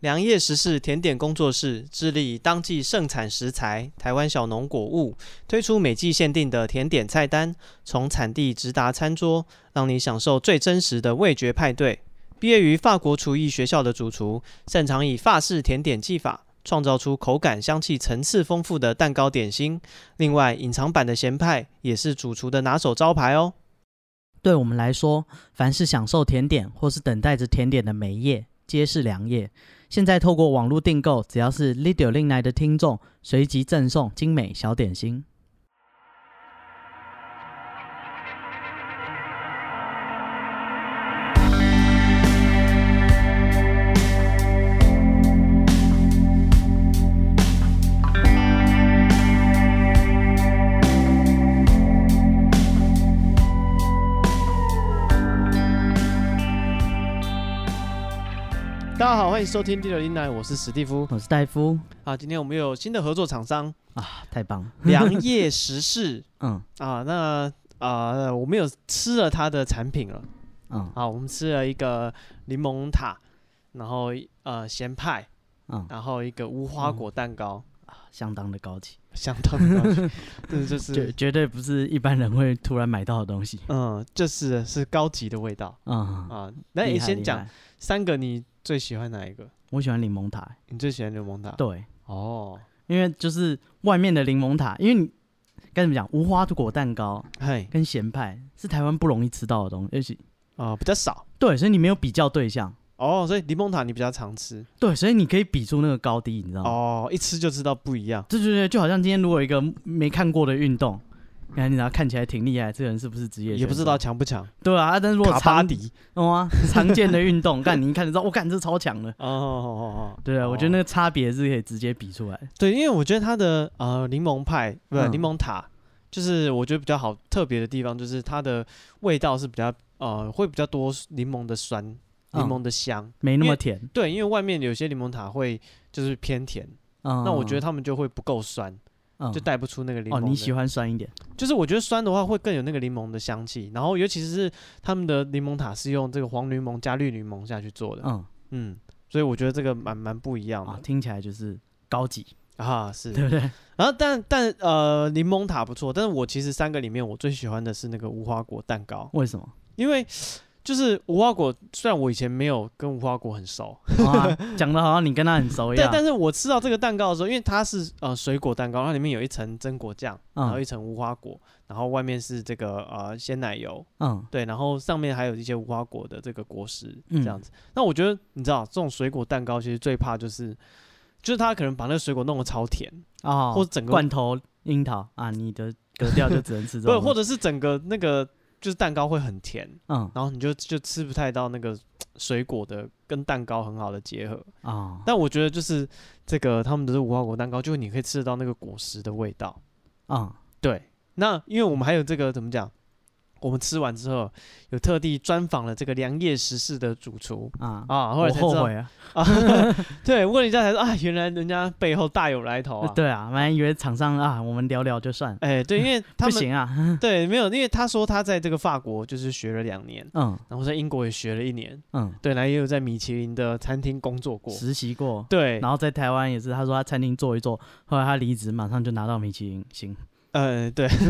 良业食事甜点工作室致力当季盛产食材、台湾小农果物，推出每季限定的甜点菜单，从产地直达餐桌，让你享受最真实的味觉派对。毕业于法国厨艺学校的主厨，擅长以法式甜点技法创造出口感、香气层次丰富的蛋糕点心。另外，隐藏版的咸派也是主厨的拿手招牌哦。对我们来说，凡是享受甜点或是等待着甜点的每一页，皆是良夜。现在透过网络订购，只要是 Lidio 令来的听众，随即赠送精美小点心。大家好，欢迎收听《第六零奶》，我是史蒂夫。我是戴夫啊，今天我们又有新的合作厂 商啊，太棒了！良夜食事嗯啊，那啊、呃我们有吃了它的产品了。啊嗯好，我们吃了一个柠檬塔，然后呃咸派，嗯，然后一个无花果蛋糕，相当的高级，相当的高级， 这就绝是绝对不是一般人会突然买到的东西。嗯，这是是高级的味道嗯，啊。那厉你害先厉讲害三个，你最喜欢哪一个？我喜欢柠檬塔、欸你最喜欢柠檬塔？对，哦，因为就是外面的柠檬塔，因为你该怎么讲，无花果蛋糕嘿跟咸派是台湾不容易吃到的东西，而且啊，比较少对，所以你没有比较对象。哦，所以柠檬塔你比较常吃对，所以你可以比出那个高低，你知道吗？哦，一吃就知道不一样。对对对，就好像今天如果有一个没看过的运动，然后你然后看起来挺厉害，这个人是不是职业选手？也不知道强不强。对啊，啊但是如果卡巴常迪哦啊，常见的运动， 干你一看就知道，我、干这超强的。哦哦哦，对啊，我觉得哦那个差别是可以直接比出来。对，因为我觉得它的呃柠檬派不是嗯柠檬塔，就是我觉得比较好特别的地方，就是它的味道是比较呃会比较多柠檬的酸、柠嗯檬的香。没那因么为甜。对，因为外面有些柠檬塔会就是偏甜，嗯，那我觉得他们就会不够酸，嗯就带不出那个柠檬哦，的。你喜欢酸一点，就是我觉得酸的话会更有那个柠檬的香气，然后尤其是他们的柠檬塔是用这个黄柠檬加绿柠檬下去做的，嗯嗯，所以我觉得这个蛮蛮不一样的啊，听起来就是高级，啊是。对不对？然后但但呃，柠檬塔不错，但是我其实三个里面我最喜欢的是那个无花果蛋糕，为什么？因为就是无花果，虽然我以前没有跟无花果很熟，哦啊讲的好像你跟他很熟一但样。嗯但是我吃到这个蛋糕的时候，因为它是呃水果蛋糕，它里面有一层榛果酱，然后嗯一层无花果，然后外面是这个呃鲜奶油，嗯对，然后上面还有一些无花果的这个果实这嗯样子。那我觉得你知道，这种水果蛋糕其实最怕就是。就是他可能把那个水果弄得超甜，哦，或者整个罐头樱桃啊，你的格调就只能吃这不是，种，或者是整个那个就是蛋糕会很甜，嗯然后你就就吃不太到那个水果的跟蛋糕很好的结合。啊但我觉得就是这个他们的无花果蛋糕，就是你可以吃得到那个果实的味道。啊对，那因为我们还有这个怎么讲？我们吃完之后，有特地专访了这个良夜食事的主厨啊！啊，后我来才知后道悔啊，啊，对，问人家才说啊，原来人家背后大有来头啊。 对啊，本来以为厂商啊，我们聊聊就算，哎、对， 因为他不们行啊，对没有，因为他说他在这个法国就是学了两年，嗯然后在英国也学了一年，嗯，对，然后也有在米其林的餐厅工作过。实习过，对，然后在台湾也是，他说他餐厅做一做，后来他离职，马上就拿到米其林星，呃，对，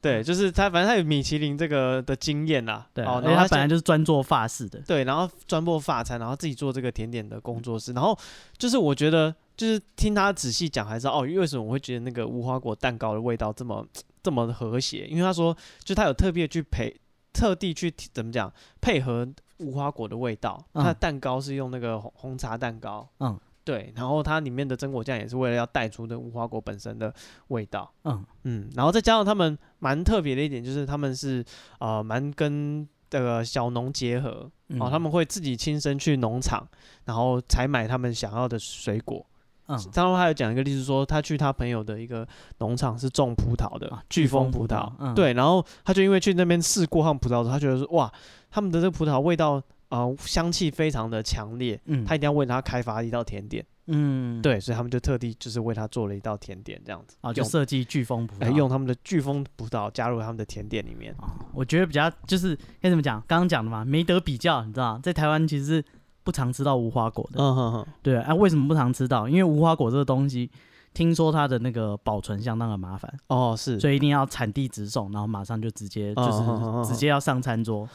对，就是他，反正他有米其林这个的经验啦。对啊，哦，因然为后他他本来现就是专做法式的，对，然后专播法餐，然后自己做这个甜点的工作室，然后就是我觉得，就是听他仔细讲，还知道哦，为什么我会觉得那个无花果蛋糕的味道这么这么和谐，因为他说，就他有特别去配，特地去怎么讲配合无花果的味道，嗯他的蛋糕是用那个红红茶蛋糕，嗯，对，然后它里面的榛果酱也是为了要带出那无花果本身的味道。嗯嗯，然后再加上他们蛮特别的一点，就是他们是呃蛮跟这个小农结合，嗯哦，他们会自己亲身去农场，然后采买他们想要的水果。嗯当然，他有讲一个例子说，他去他朋友的一个农场是种葡萄的啊，飓、风飓风葡萄萄。嗯对，然后他就因为去那边试过他们葡萄的时候，他觉得说哇，他们的这个葡萄味道啊、呃香气非常的强烈，嗯他一定要为他开发一道甜点。嗯对，所以他们就特地就是为他做了一道甜点这样子，啊，就用设计飓风葡来萄用他们的飓风葡萄加入他们的甜点里面。我觉得比较就是该怎么讲，刚刚讲的嘛，没得比较，你知道吗在台湾其实是不常吃到无花果的。嗯哼哼，对啊，为什么不常吃到？因为无花果这个东西，听说它的那个保存相当的麻烦，哦是，所以一定要产地直送，然后马上就直接就嗯嗯嗯嗯是直接要上餐桌，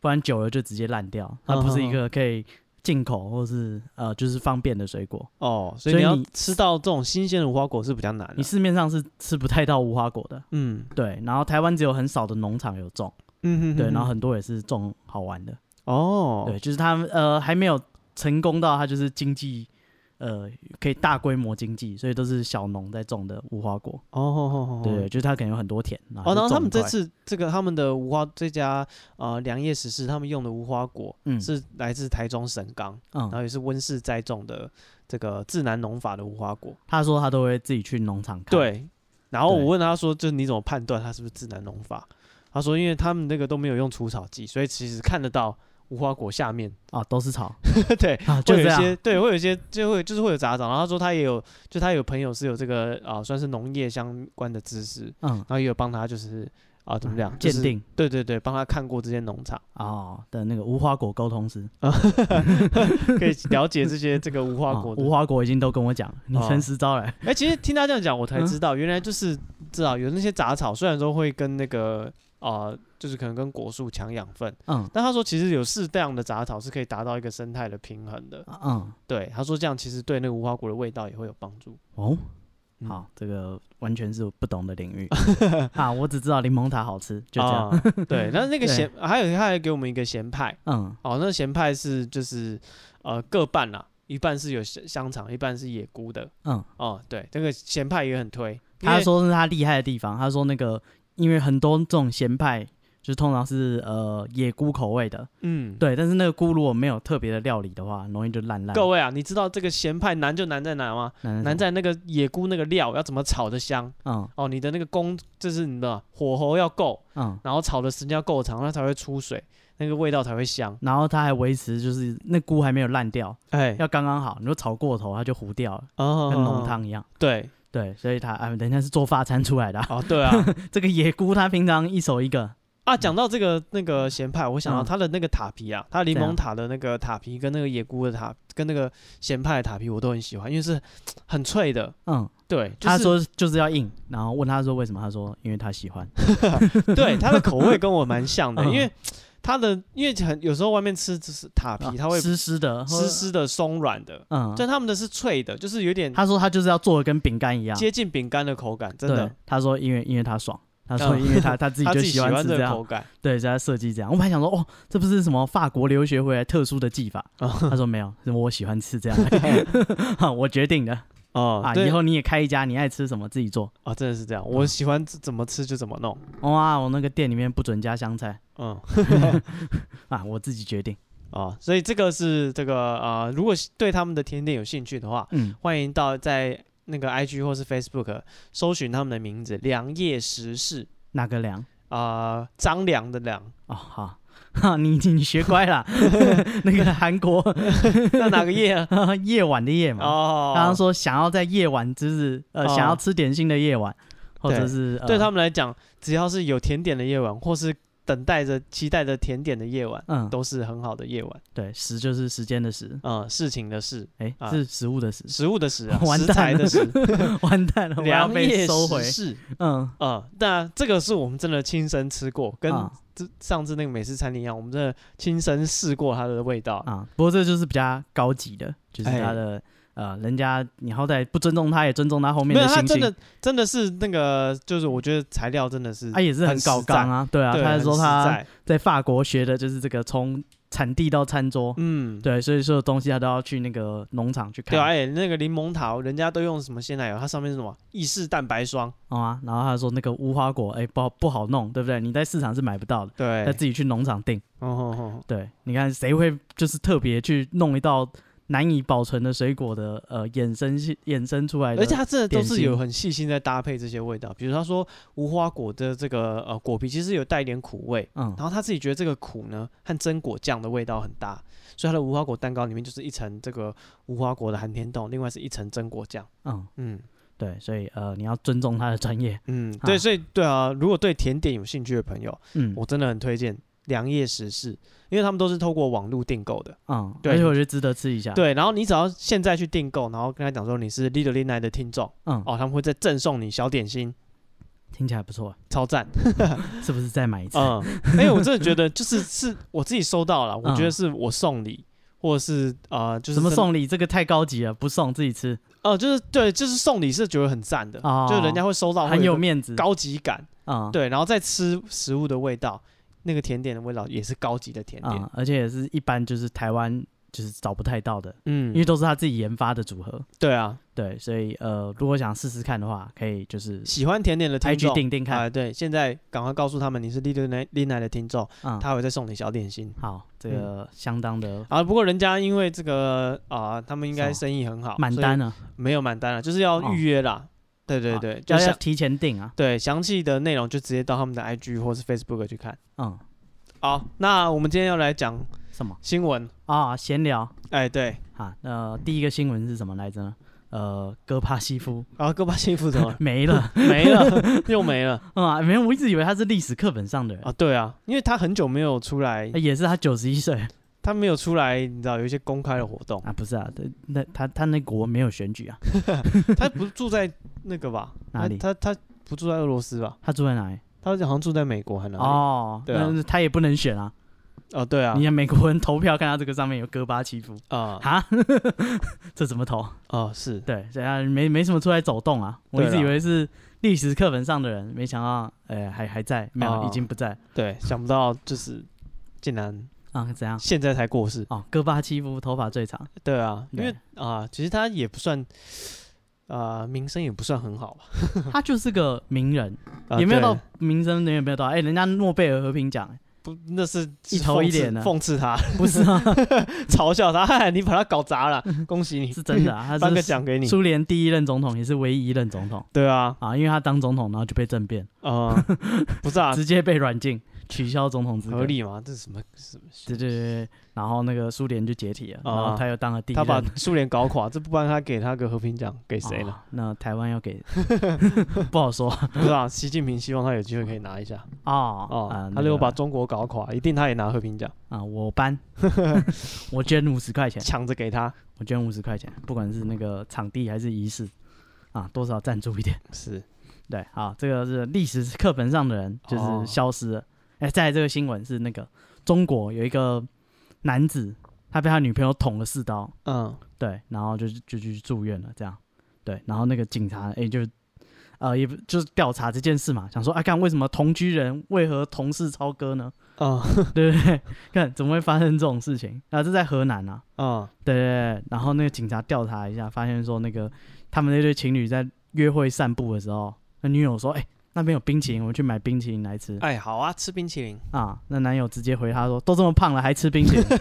不然久了就直接烂掉。它不嗯是一个可以进口或是呃就是方便的水果，哦，所所以以你要你吃到这种新鲜的无花果是比较难的、啊你市面上是吃不太到无花果的。嗯对，然后台湾只有很少的农场有种，嗯哼哼对，哼然后很多也是种好玩的，哦，对，就是他们呃还没有成功到它就是经济呃可以大规模经济，所以都是小农在种的无花果，哦哦哦哦，对，就是它可能有很多田，然哦，就然后他们这种一块次这个他们的无花这家呃良业食肆，他们用的无花果、嗯是来自台中神冈，然嗯，后也是温室栽种的这个自然农法的无花果。他说他都会自己去农场看，，对，然后我对问他说，就是你怎么判断它是不是自然农法？他说，因为他们那个都没有用除草剂，所以其实看得到无花果下面， 啊，都是草对，啊，就会有这一样，些对，会有一些就会就是会有杂长。然后他说他也有，就他有朋友是有这个啊、算是农业相关的知识，嗯，然后也有帮他就是啊、怎么讲鉴，就是定对对对，帮他看过这些农 场，哦的那个无花果沟通师，可以了解这些这个无花啊果的。无花果已经都跟我讲了，你哦诚实招来，哎、其实听他这样讲，我才嗯知道，原来就是知道有那些杂草，虽然说会跟那个啊、呃就是可能跟果树抢养分，嗯但他说其实有适当的杂草是可以达到一个生态的平衡的。嗯，对，他说这样其实对那个无花果的味道也会有帮助。哦，嗯好，这个完全是我不懂的领 域啊，我只知道柠檬塔好吃，就这样。啊对，那那个 对咸还有他还给我们一个咸派，嗯，哦，那咸派是就是呃各半啦、一半是有香香肠，一半是野菇的。嗯，哦，对，这个咸派也很推。因他为说是他厉害的地方，他说那个因为很多这种咸派。就是通常是呃野菇口味的，嗯，对，但是那个菇如果没有特别的料理的话，很容易就烂烂。各位啊，你知道这个咸派难就难在哪吗？难难在那个野菇那个料要怎么炒的香嗯哦，你的那个功就是你的火候要够，嗯，然后炒的时间要够长，它才会出水，那个味道才会香。然后他还维持就是那菇还没有烂掉，哎，要刚刚好。你说炒过头，它就糊掉了，哦跟浓汤一样。对，对，所以他啊，人家是做法餐出来的啊、哦对 啊这个野菇他平常一手一个，啊，讲到这个那个咸派，我想到嗯它的那个塔皮啊，它柠怎檬样塔的那个塔皮跟那个野菇的塔跟那个咸派的塔皮我都很喜欢，因为是很脆的。嗯，对，就是、他说就是要硬，然后问他说为什么，他说因为他喜欢。对它的口味跟我蛮像的， 嗯因为它的因为很有时候外面吃就是塔皮，它会湿湿的，湿，湿的、松软的，嗯，但他们的是脆的，就是有点他说他就是要做的跟饼干一样，接近饼干的口感，真对的，，他说因为因为他爽，他说嗯因为他 他自己他就自己喜喜欢吃这这个口样，感。对，所以他设计这样。我本来想说，哦，这不是什么法国留学回来特殊的技法，哦他说没有，是我喜欢吃这样， 哈我决定的哦，啊，对以后你也开一家，你爱吃什么自己做。啊，真的是这样，嗯我喜欢怎么吃就怎么弄。哇，我那个店里面不准加香菜嗯，啊，我自己决定。啊，所以这个是这个呃，如果对他们的甜点有兴趣的话，嗯，欢迎到在那个 IG 或是 Facebook 搜寻他们的名字“良夜食事哪个凉？”啊，张良的良， 哦，好。哈，你你学乖了， 那个韩国那哪个夜 啊？夜晚的夜嘛，哦，刚刚说想要在夜晚，就是呃、哦想要吃点心的夜晚，或者是呃对他们，们来讲，只要是有甜点的夜晚，或是等待着期待着甜点的夜晚，嗯，都是很好的夜晚。对，食就是时间的时，嗯，事情的事，哎、啊是食物的食，食物的食啊， 完食蛋材的了 食，完蛋了，我要良夜被收回食。事。嗯，嗯，那这个是我们真的亲身吃过，跟啊这上次那个美式餐厅一样，我们真的亲身试过它的味道。啊，不过这就是比较高级的，就是哎他的、呃，人家你好歹不尊重他，也尊重他后面没有，的它心真情。的真的是那个，就是我觉得材料真的是，他、也是很很高实在纲啊，对啊，对，哎他很是说实他在在法国学的就是这个从产地到餐桌，嗯，对，所以所有东西他都要去那个农场去看，对啊，哎、那个柠檬桃，人家都用什么鲜奶油？它上面是什么意式蛋白霜？好啊，然后他说那个无花果，哎、不好不好弄，对不对？你在市场是买不到的，对要，自己去农场订。哦哦哦，对，你看谁会就是特别去弄一道难以保存的水果的呃衍生系衍生出来的，而且它真的都点是心有很细心在搭配这些味道，比如他说无花果的这个呃果皮其实有带一点苦味，嗯然后他自己觉得这个苦呢和榛果酱的味道很搭，所以他的无花果蛋糕里面就是一层这个无花果的含甜豆，另外是一层榛果酱。嗯嗯对，所以呃你要 尊重他的专业，嗯，对，啊所以对啊，如果对甜点有兴趣的朋友，嗯我真的很推荐良夜食肆，因为他们都是透过网络订购的。嗯，对而且我觉得值得吃一下。，对，然后你只要现在去订购，然后跟他讲说你是 Little l i n i 的听众嗯，哦，他们会再赠送你小点心，听起来不错，超 赞。是不是再买一次？嗯，哎、我真的觉得就是是我自己收到了，我觉得是我送礼，或者是呃，就是嗯什么真送礼？这个太高级了，不送自己吃，哦、就是对，就是送礼是觉得很赞的，哦就是人家会收到很会有一个面子。高级感，啊，对，然后再吃食物的味道，那个甜点的味道也是高级的甜点，啊，而且也是一般就是台湾就是找不太到的，嗯，因为都是他自己研发的组合。对啊，对，所以呃，如果想试试看的话，可以就是喜欢甜点的听 IG 众。定定啊、看。对，现在赶快告诉他们你是 Little l i n i 的听众，嗯，他会嗯再送你小点心。好，这个相当的啊，不过人家因为这个啊、他们应什该么生意很好，满所以单了，没有满单了，就是要哦预约啦。对对啊对，就要是要提前定啊。对详细的内容就直接到他们的 IG 或是 Facebook 去看。嗯，好，那我们今天要来讲什么新闻。啊？闲聊哎，对，啊。那第一个新闻是什么来着呢？呃，戈帕西夫？然后戈啊巴幸福怎么了 没了没了，又没了嗯啊！没有，我一直以为他是历史课本上的 人，哎啊！对啊，因为他很久没有出来，也是他九十一岁他没有出来，你知道有一些公开的活动， 啊，不是啊，他那他他那国没有选举啊，他不住在那个吧？哪他里他他不住在俄罗斯吧？他住在哪里？他好像住在美国还哪里？哦，哦，对啊那他也不能选啊。对啊，你看美国人投票，看到这个上面有戈巴契夫，啊哈， 这怎么投？啊是，对，所以他没没什么出来走动啊。我一直对啦以为是历史课本上的人，没想到，呃，还还在，没有，哦已经不在对，想不到就是竟然啊？怎样？现在才过世。哦，戈巴契夫头发最 长，对啊，因对为啊、其实他也不算，啊，名声也不算很好吧，他就是个名人，啊也没有对到名声，也没有到，哎，人家诺贝尔和平奖，不，那是一头一脸啊的的讽刺他， 不是啊，嘲笑他，嗨，你把他搞砸了，恭喜你，是真的啊，他颁个是奖给你。苏联第一任总统，也是唯一一任总统对啊，啊，因为他当总统，然后就被政变， 呃，不是啊，直接被软禁，取消总统资格合。理嘛？这是什么什么？对对对，对然后那个苏联就解体了，然啊后他又当了第一他任。把苏联搞垮，这不然他给他个和平奖给谁哦呢？那台湾要给 不好说不知道，习近平希望他有机会可以拿一下哦哦。啊，他那如果个把中国搞垮，一定他也拿和平奖，啊，我搬，我捐五十块钱，抢着给他。我捐五十块钱，不管是那个场地还是仪式啊，多少赞助一点。是，对，好，这个是历史课本上的人就是消失了。哎、再来这个新闻是那个中国有一个男子，他被他女朋友捅了四刀，嗯，对，然后就就去住院了，这样，对，然后那个警察哎、就是，呃也不就是调查这件事嘛，想说啊看为什么同居人为何同室操戈呢？ 嗯，对不对？ 看怎么会发生这种事情？啊，这在河南啊， 嗯，对对对，然后那个警察调查一下，发现说那个他们那对情侣在约会散步的时候，那女友说哎、那边有冰淇淋，我们去买冰淇淋来吃哎，好啊，吃冰淇淋， 啊。那男友直接回他说：“都这么胖了还吃冰淇淋？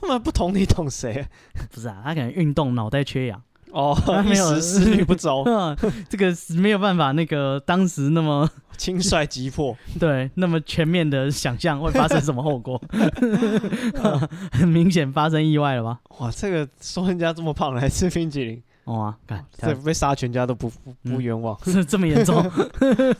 他们不懂你懂谁不是啊，他可能运动脑袋缺氧。”哦，一没有时思 虑不周，嗯，这个是没有办法，那个当时那么轻率急迫，对那么全面的想象会发生什么后果， 很明显发生意外了吧？哇，这个说人家这么胖还吃冰淇淋，哦啊，看这这被杀全家都不不不嗯。冤枉这这么 严重？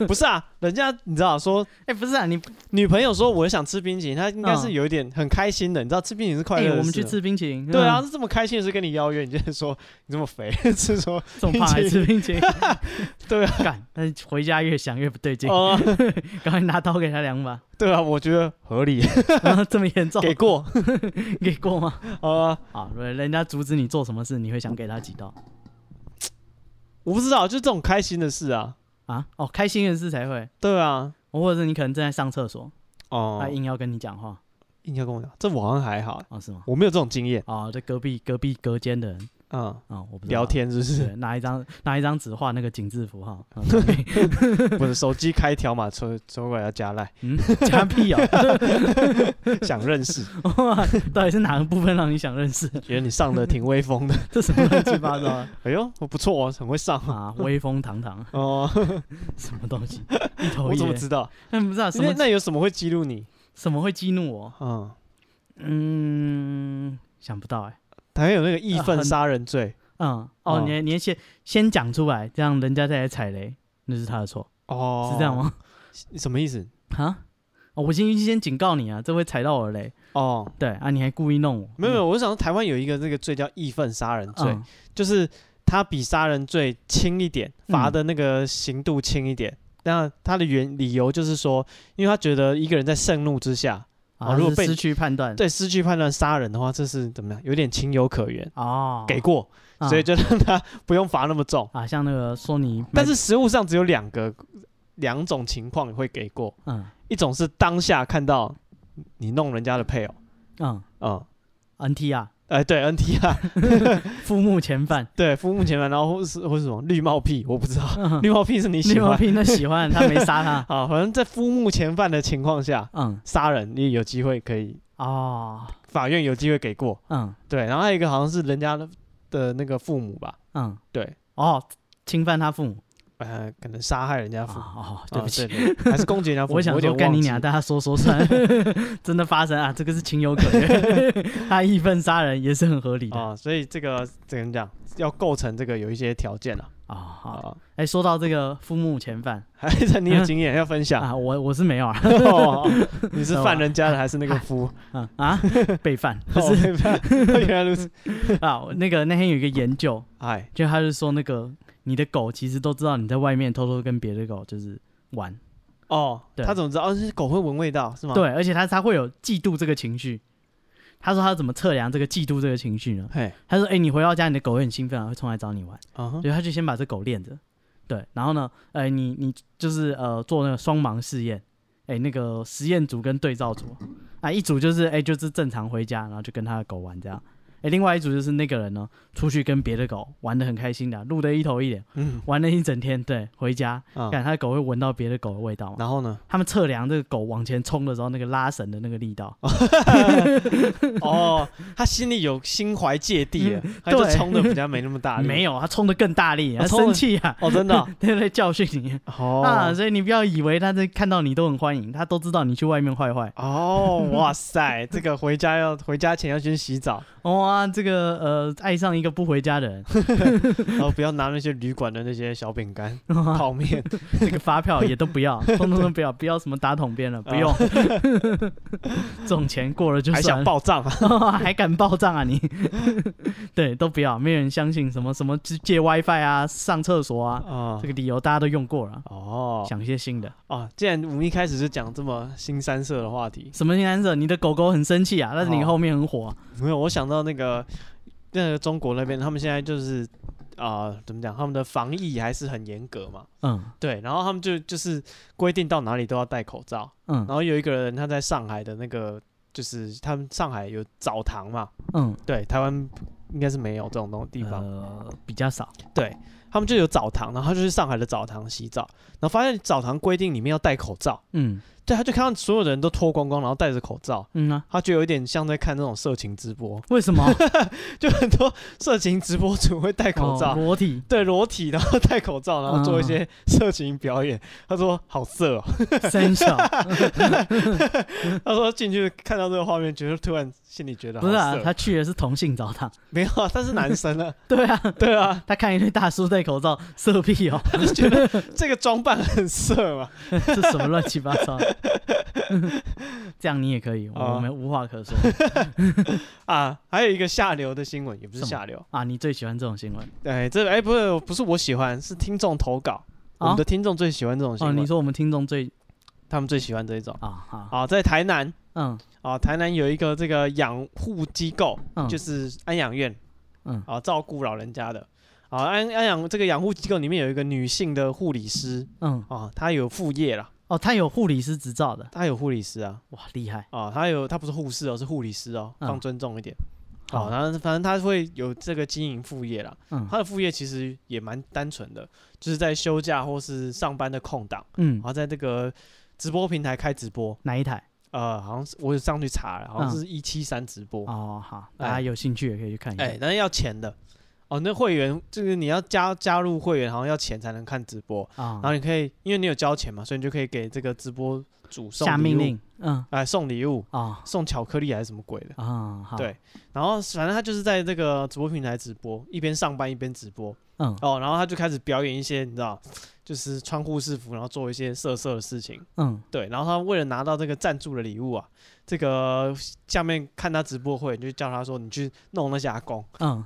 不是啊，人家你知道说哎、不是啊，你女朋友说我想吃冰淇淋，她应该嗯是有一点很开心的，你知道吃冰淇淋是快哎、乐的我们事去啊。吃冰淇淋，对啊，嗯，是这么开心的事跟你邀约，你 竟然说你这么肥，是说这么胖还吃冰淇淋， 对啊，干，但是回家越想越不对劲，哦，赶快拿刀给他两 把，对啊，我觉得合 理，啊这么严重，给过 给过吗？啊，啊，如果人家阻止你做什么事，你会想给他几刀我不知道，就这种开心的事啊，啊？哦，开心的事才会，对啊，或者是你可能正在上厕所，哦他，硬要跟你讲话，硬要跟我讲，这我好像还好，哦，是吗？我没有这种经验，哦，这隔壁隔壁隔间的人嗯，啊、我不知道聊，天是不 是？对，啊拿一张拿一张纸画那个井字 符号，啊隔壁不是手机开条码，抽抽过来要加赖，嗯，加屁哦， 想认识，哇到底是哪个部分让你想认识？觉得你上的挺威风的， 这什么乱七八糟 啊？哎呦，我不错哦，很会上哦啊，威风堂堂，哦， 什么东 西？一头我一怎么脸，知道？嗯，不知道什那么那有什么会激怒你？什么会激怒我？嗯，嗯，想不到哎、还有那个义愤呃很杀人罪嗯，哦哦，你你先先讲出来，这样人家再来踩雷，那是他的错，哦， 是这样？吗？什么意思？啊，哦，我先先警告你啊，这会踩到我的雷。哦，对啊，你还故意弄我？没有没有，我想说台湾有一个那个罪叫义愤杀人罪，嗯，就是它比杀人罪轻一点，嗯罚的那个刑度轻一点。那他的原理由就是说，因为他觉得一个人在盛怒之下，啊，哦如果是被失去判断，对失去判断杀人的话，这是怎么样？有点情有可原，哦，给过，啊，所以就让他不用罚那么重。啊，像那个索尼，但是实物上只有两个两种情况会给过，嗯一种是当下看到你弄人家的配偶，嗯嗯， ，NT 啊，哎、对，NT 啊，父母遣返， 对，父母前面，然后或是或是什么绿帽屁，我不知道，嗯绿帽屁是你喜 绿毛欢拼的喜欢他没 杀他，啊，反正在夫目前犯的情况下，嗯杀人你有机会可以，哦，法院有机会给过，嗯对，然后还有一个好像是人家的的那个父母吧，嗯，对，哦，侵犯他父母，呃，可能杀害人家哦父母，哦，啊对不起，对对还是攻击人 家父母，我想有说点干忘你记俩，大家说说算， 真的发生啊，这个是情有可 原，他义愤杀人也是很合理的啊。啊，所以这个怎么讲，要构成这个有一些条件啊，哦好，啊， 哎，说到这个父母遣返还是你有经验要分享，啊，我我是没有啊， 哦你 是犯人家的还是那个夫？嗯 啊，被犯不哦是没办法 原来如此， 啊，我那个那天有一个研究，哎，就他就说那个你的狗其实都知道你在外面偷偷跟别的狗就是玩，哦，对他怎么知道？哦，是狗会闻味道是吗？，对，而且他他会有嫉妒这个情绪。他说他怎么测量这个嫉妒这个情绪呢？嘿，他说：“哎、你回到家，你的狗会很兴奋啊，会冲来找你玩。嗯哼所以他就先把这狗练着，对，然后呢，呃，你你就是呃做那个双盲试验，哎、那个实验组跟对照组啊，一组就是哎、就是正常回家，然后就跟他的狗玩这样，哎、另外一组就是那个人呢出去跟别的狗玩的很开心的，录的一头一脸，嗯玩了一整天，对，回家，啊，看他的狗会闻到别的狗的味道嘛，然后 呢？他们测量这个狗往前冲的时候那个拉绳的那个力道，哦，他心里有心怀芥蒂了，他就对冲的比较没那么大力。没有，他冲的更大力，哦他冲得生气啊， 哦，真的哦对对，教训你。啊， 哦所以你不要以为他在看到你都很欢迎，他都知道你去外面坏坏。哦，哇塞，这个回家要回家前要先洗 澡，哇、啊，这个呃，爱上一个不回 家的人，然后不要拿那些旅馆的那些小饼干、哇泡面。这个发票也都 不要，通通都不要，不要什么打桶边了，不用。 这种钱过了就哦还算想了，报账 啊？ 还敢报账啊你？ 对，都不要，没有人相信什么什么借 WiFi 啊、上厕所啊，哦这个理由大家都用过了，哦想一些新的。哦，既然我们一开始就讲这么新三色的话题，什么新安者？你的狗狗很生气啊，但是你哦后面很火啊、没有，我想到那个那个中国那边，他们现在就是啊、怎么讲？他们的防疫还是很严格嘛。嗯对，然后他们就就是规定到哪里都要戴口罩。嗯然后有一个人他在上海的那个，就是他们上海有澡堂嘛，嗯，对，台湾应该是没有这种哦东地方，呃、比较少。对他们就有澡堂，然后他就去上海的澡堂洗澡，然后发现澡堂规定里面要戴口罩，嗯对，他就看到所有的人都脱光光，然后戴着口罩。嗯啊，他就有点像在看那种色情直播，为 什么就很多色情直播主会戴口罩，哦嗯裸体？对裸体，然后戴口罩，然后做一些色情表演。他说好色哦， 三小他说进去看到这个画面，觉得突然心里觉得好不是啊，色。他去的是同性澡堂。没有啊，他是男生啊， 对啊，对啊，他看一堆大叔戴口罩，色屁哦， 他就觉得这个装扮很色嘛。这什么乱七八糟 的？这样你也可以，哦我们无话可说啊，还有一个下流的新闻，也不是什么下流，啊！你最喜欢这种新闻哎，这哎不是不是我喜欢，是听众投稿， 我啊们的？听众最喜欢这种新哦，闻，你说我们听众最他们最喜欢这一种。啊好，啊，在台南嗯啊，台南有一个这个养护机构，嗯，就是安养院，嗯啊，照顾老人家的。啊，安安养这个养护机构里面有一个女性的护理师嗯啊，她有副业啦，哦，他有护理师执照的，她有护理师啊，哇，厉害！啊，她有她不是护士哦，是护理师哦，嗯放尊重一点。好好，然后反正她会有这个经营副业啦，嗯他的副业其实也蛮单纯的，就是在休假或是上班的空档，嗯然，后在这个直播平台开直播。哪一台？呃，好像是我有上去查了，好像嗯是一七三直播，哦好，哎大家有兴趣也可以去看一哎、下。但是要钱的。哦，那会员就是你要加加入会员，好像要钱才能看直播。然，啊后你可以，因为你有交钱嘛，所以你就可以给这个直播主送下礼命物，令，嗯哎、送礼物，啊送巧克力还是什么鬼的。啊好，对然后反正他就是在这个直播平台直播，一边上班一边直播，嗯哦，然后他就开始表演一些你知道，就是穿护士服，然后做一些色色的事情。嗯，对，然后他为了拿到这个赞助的礼物啊，这个下面看他直播会，你就叫他说你去弄那些阿公，嗯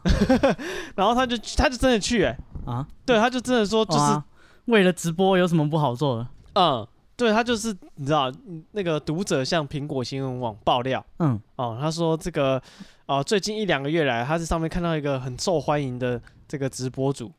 然后他就他就真的去、欸，啊，对，他就真的说就是、哦啊为了直播有什么不好做的？嗯，对他就是你知道嗯那个读者向苹果新闻网爆料嗯哦，他说这个哦、最近一两个月来，他在上面看到一个很受欢迎的这个直播主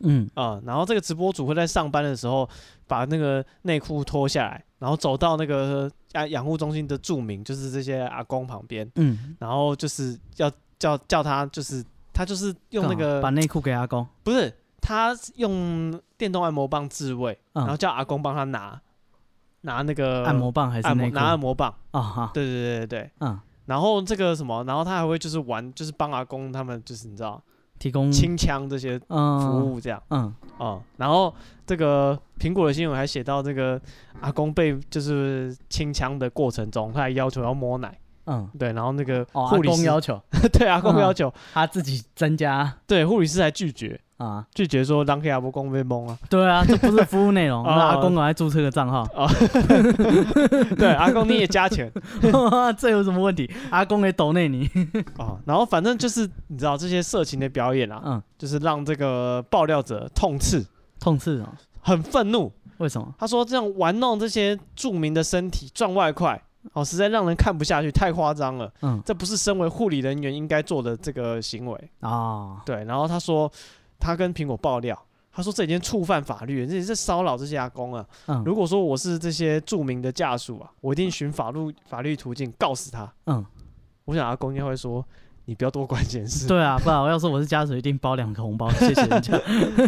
嗯啊、然后这个直播主会在上班的时候把那个内裤脱下来，然后走到那个啊养护中心的住民，就是这些阿公旁边，嗯，然后就是要叫叫他就是。他就是用那干嘛哦把个内裤给阿公，不是，他用电动按摩棒自慰，嗯然后叫阿公帮他拿拿那个按摩棒还是按摩内裤？拿按摩棒，啊哈，对对对对对。嗯，然后这个什么，然后他还会就是玩，就是帮阿公他们就是你知道提供清腔这些服嗯务这样嗯哦、然后这个苹果的新闻还写到这个阿公被就是清腔的过程中，他还要求要摸奶，嗯，对，然后那个哦，护阿理公师、要求 嗯对阿公要求，他自己增加对护理师还拒绝。啊，拒绝说让给阿伯公被蒙啊，对 啊，这不是服务内容，哦那阿公赶快注册个账 号，对，阿公你也加钱， 这有什么问题？阿公也抖内你，哦，然后反正就是你知道这些色情的表演啊，嗯，就是让这个爆料者痛斥，痛斥哦，很愤怒。为什么？他说这样玩弄这些著名的身体赚外快，哦，实在让人看不下去，太夸张了。嗯这不是身为护理人员应该做的这个行为。啊，对，然后他说他跟苹果爆料。他说：“这已经触犯法律了，这也是骚扰这些阿公啊！嗯如果说我是这些著名的家属啊，我一定循法律法律途径告死他。嗯，我想阿公应该会说：‘你不要多管闲事。’ 对啊，不然我要是我是家属，一定包两个红包，谢谢人家。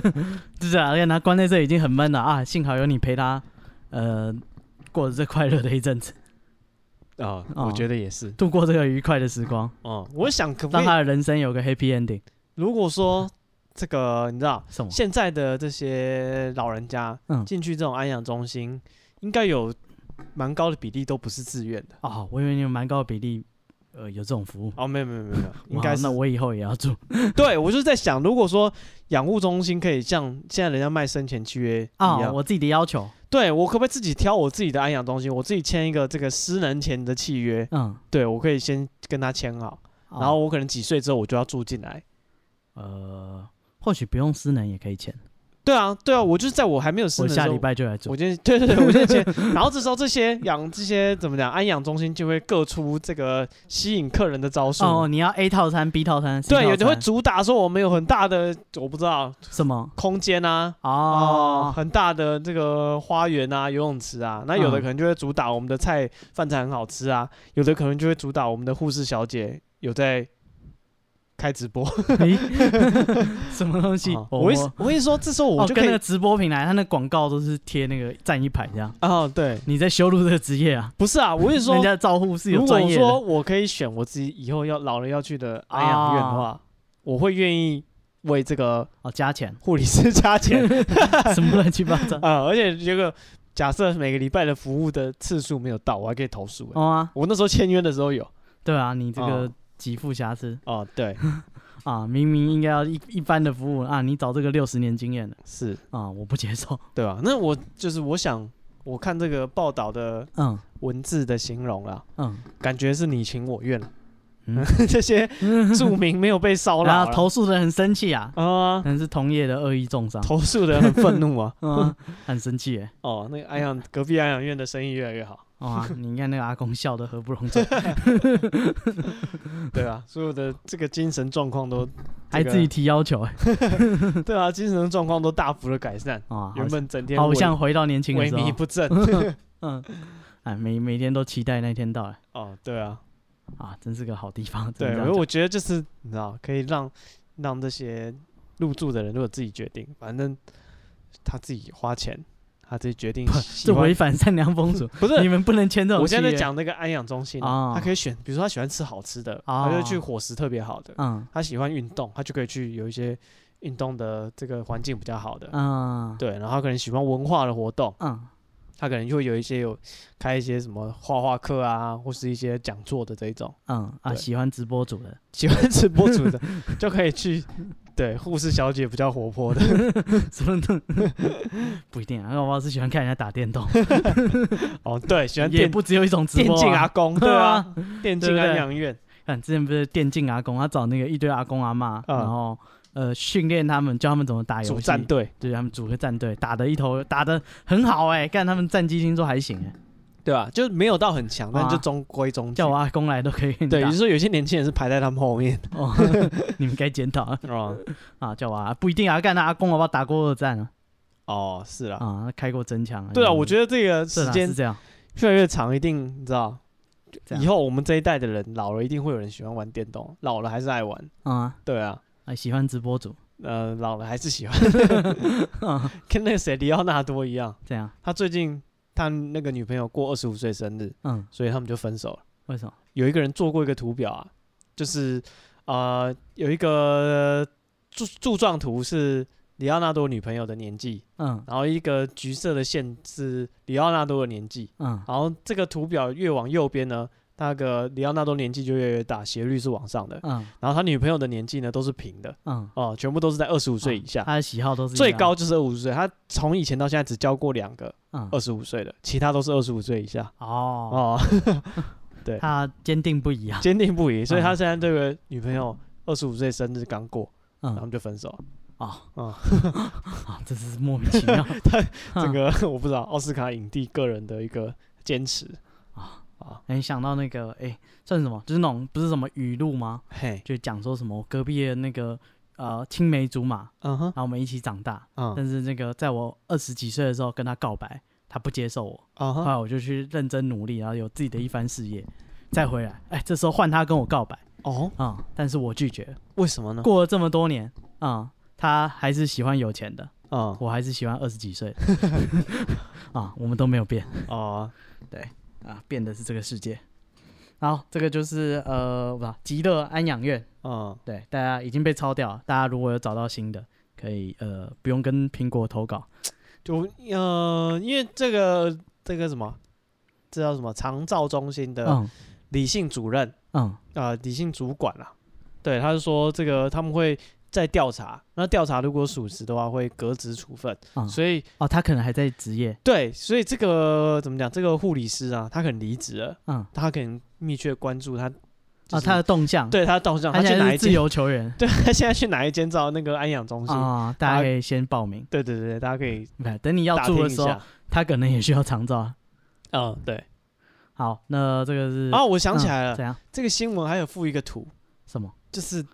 就是啊，而且他关在这里已经很闷了啊，幸好有你陪他，呃，过着这快乐的一阵子， 啊、哦我觉得也是。度过这个愉快的时光，嗯，我想可不让可以，他的人生有个 happy ending。如果说这个你知道，什么？现在的这些老人家嗯进去这种安养中心，应该有蛮高的比例都不是自愿的。哦，我以为你有蛮高的比例，呃，有这种服务。哦，没有没有没有没有，应哇该是那我以后也要住 对我就是在想，如果说养护中心可以像现在人家卖生前契约一啊、样，我自己的要求。对我可不可以自己挑我自己的安养中心，我自己签一个这个私人前的契约？嗯，对我可以先跟他签好，哦然后我可能几岁之后我就要住进来。呃，或许不用私能也可以签，对啊，对啊，我就是在我还没有生我的时下候礼，拜就来我做。今天 对对对，我今天签。然后这时候这些养这些怎么讲，安养中心就会各出这个吸引客人的招数。哦，你要 A 套餐、B 套餐，C 对，套有的会餐主打说我们有很大的我不知道什么？空间啊。哦，哦，很大的这个花园啊，游泳池啊，那有的嗯可能就会主打我们的菜饭菜很好吃啊，有的可能就会主打我们的护士小姐有在开直播。 咦什么东西？哦我我一我我跟你说，这时候我哦，就跟可那以个直播平台，他那广告都是贴那个站一排这样。哦，对，你在修路这个职业啊？不是啊，我跟你说人，家照护是有如专果业说的。我可以选我自己以后要老了要去的安养院的话，我会愿意为这个哦，加钱 护理师加钱 什么乱七八糟。啊、而且这个假设每个礼拜的服务的次数没有到，我还可以投诉、欸。哦啊，我那时候签约的时候有对啊，你这个哦给付瑕疵哦， 对，啊，明明应该要一一般的服务啊，你找这个六十年经验的是，啊，我不接受。对吧？那我就是我想，我看这个报道的嗯文字的形容啦，嗯，感觉是你情我愿了。嗯 这些著名没有被骚然 扰后啦投诉的人很生气啊，啊、可能是同业的恶意重 伤，投诉的人很愤怒啊。嗯啊，很生气耶。哦，那个安养隔壁安养院的生意越来越好，哦啊，你看那个阿公笑得合不 拢嘴，对啊，所有的这个精神状况都还自己提要求哎，对啊，精神状况都大幅的改善，啊，原本整天好萎像回到年轻的萎时靡候，不 振。嗯，哎，每每天都期待那天到来哦，对啊，啊，真是个好地方。只能对，这我样我觉得就是你知道，可以让让这些入住的人如果自己决定，反正他自己花钱，他自己决定讲喜这欢违。反善良 风俗，不你是，们不能签这种。我现在在，讲那个安养中心啊，哦他可以选，比如说他喜欢吃好吃的，哦他就去伙食特别好的；嗯他喜欢运动，他就可以去有一些运动的这个环境比较好的。嗯对，然后他可能喜欢文化的活动，嗯他可能就会有一些有开一些什么画画课啊，或是一些讲座的这一种，嗯啊，对 喜欢直播主的， 喜欢直播主的就可以去对，护士小姐比较活泼的什么的，不一定啊。那我是喜欢看人家打电动，哦，对，喜欢也电不只有一种直电播、竞阿啊。公，对啊，电竞 对不安对养院，看之前不是电竞阿公，他找那个一堆阿公阿妈，嗯然后呃训练他们，教他们怎么打游主戏，战队，对他们组个战队，打的一头打的很好哎、干他们战绩听说还行哎、对吧？就没有到很强，但啊就中规中矩叫。我啊嗯阿公来都可以跟你对，打也就是说有些年轻人是排在他们后 面，哦，你们该检讨啊哦，啊！叫我阿不一定啊，干他阿公好不好打过二战啊？哦，是啦，啊，他开过真枪啊。对啊，你们我觉得这个是时啦间是这样，越来越长，一定你知道，这样以后我们这一代的人老了，一定会有人喜欢玩电动，老了还是爱玩，啊、对啊，啊，喜欢直播主，呃，老了还是喜欢， 跟那个谁里奥纳多一样，这样，他最近他那个女朋友过二十五岁生日，嗯，所以他们就分手了。为什么？有一个人做过一个图表啊，就是呃有一个柱柱状图是里奥纳多女朋友的年纪，嗯然后一个橘色的线是里奥纳多的年纪，嗯然后这个图表越往右边呢，那个里奥纳多年纪就越来越大，斜率是往上的，嗯然后他女朋友的年纪呢都是平的嗯，啊哦、全部都是在二十五岁以下。他的喜好都是一最样高就是二五岁，他从以前到现在只交过两个嗯二十五岁的，其他都是二十五岁以下哦，哦。 他坚定不移啊，坚定不移，所以他现在这个女朋友二十五岁生日刚过，然后他嗯们就分手了。 哦嗯啊，真是莫名 其妙嗯这个 我不知道，奥斯卡影帝个人的一个坚持，啊啊啊！哎，想到那个哎，算什么？就是那种不是什么语录吗？嘿，就讲说什么我隔壁的那个呃青梅竹马，嗯哼然，后我们一起长大，嗯但是那个在我二十几岁的时候跟他告白，他不接受我，嗯后哼，来我就去认真努力，然后有自己的一番事业，再回来，哎，这时候换他跟我告白哦，啊、但是我拒绝了。为什么呢？过了这么多年啊、他还是喜欢有钱的，嗯我还是喜欢二十几岁的啊、我们都没有变哦，啊，变的是这个世界。好，这个就是呃，不，极乐安养院，嗯，对，大家已经被抄掉了。大家如果有找到新的，可以呃，不用跟苹果投稿。就呃，因为这个这个什么，这叫什么长照中心的嗯理性主任嗯啊，理性主管啊，对，他是说这个他们会在调查，那调查如果属实的话，会革职处分，嗯，所以哦，他可能还在职业，对，所以这个怎么讲？这个护理师啊，他可能离职了，嗯，他可能密切关注他、就啊，是他的动向，，对他的动向，他他去现哪在一是自间？由球员对他现在去哪一间照那个安养中心？啊，大家可以先报名，对对对，大家可以对等你要打住听的一时候下，。他可能也需要长照啊。嗯，对。好，那这个是啊，我想起来嗯了，怎样？这个新闻还有附一个图，什么？就是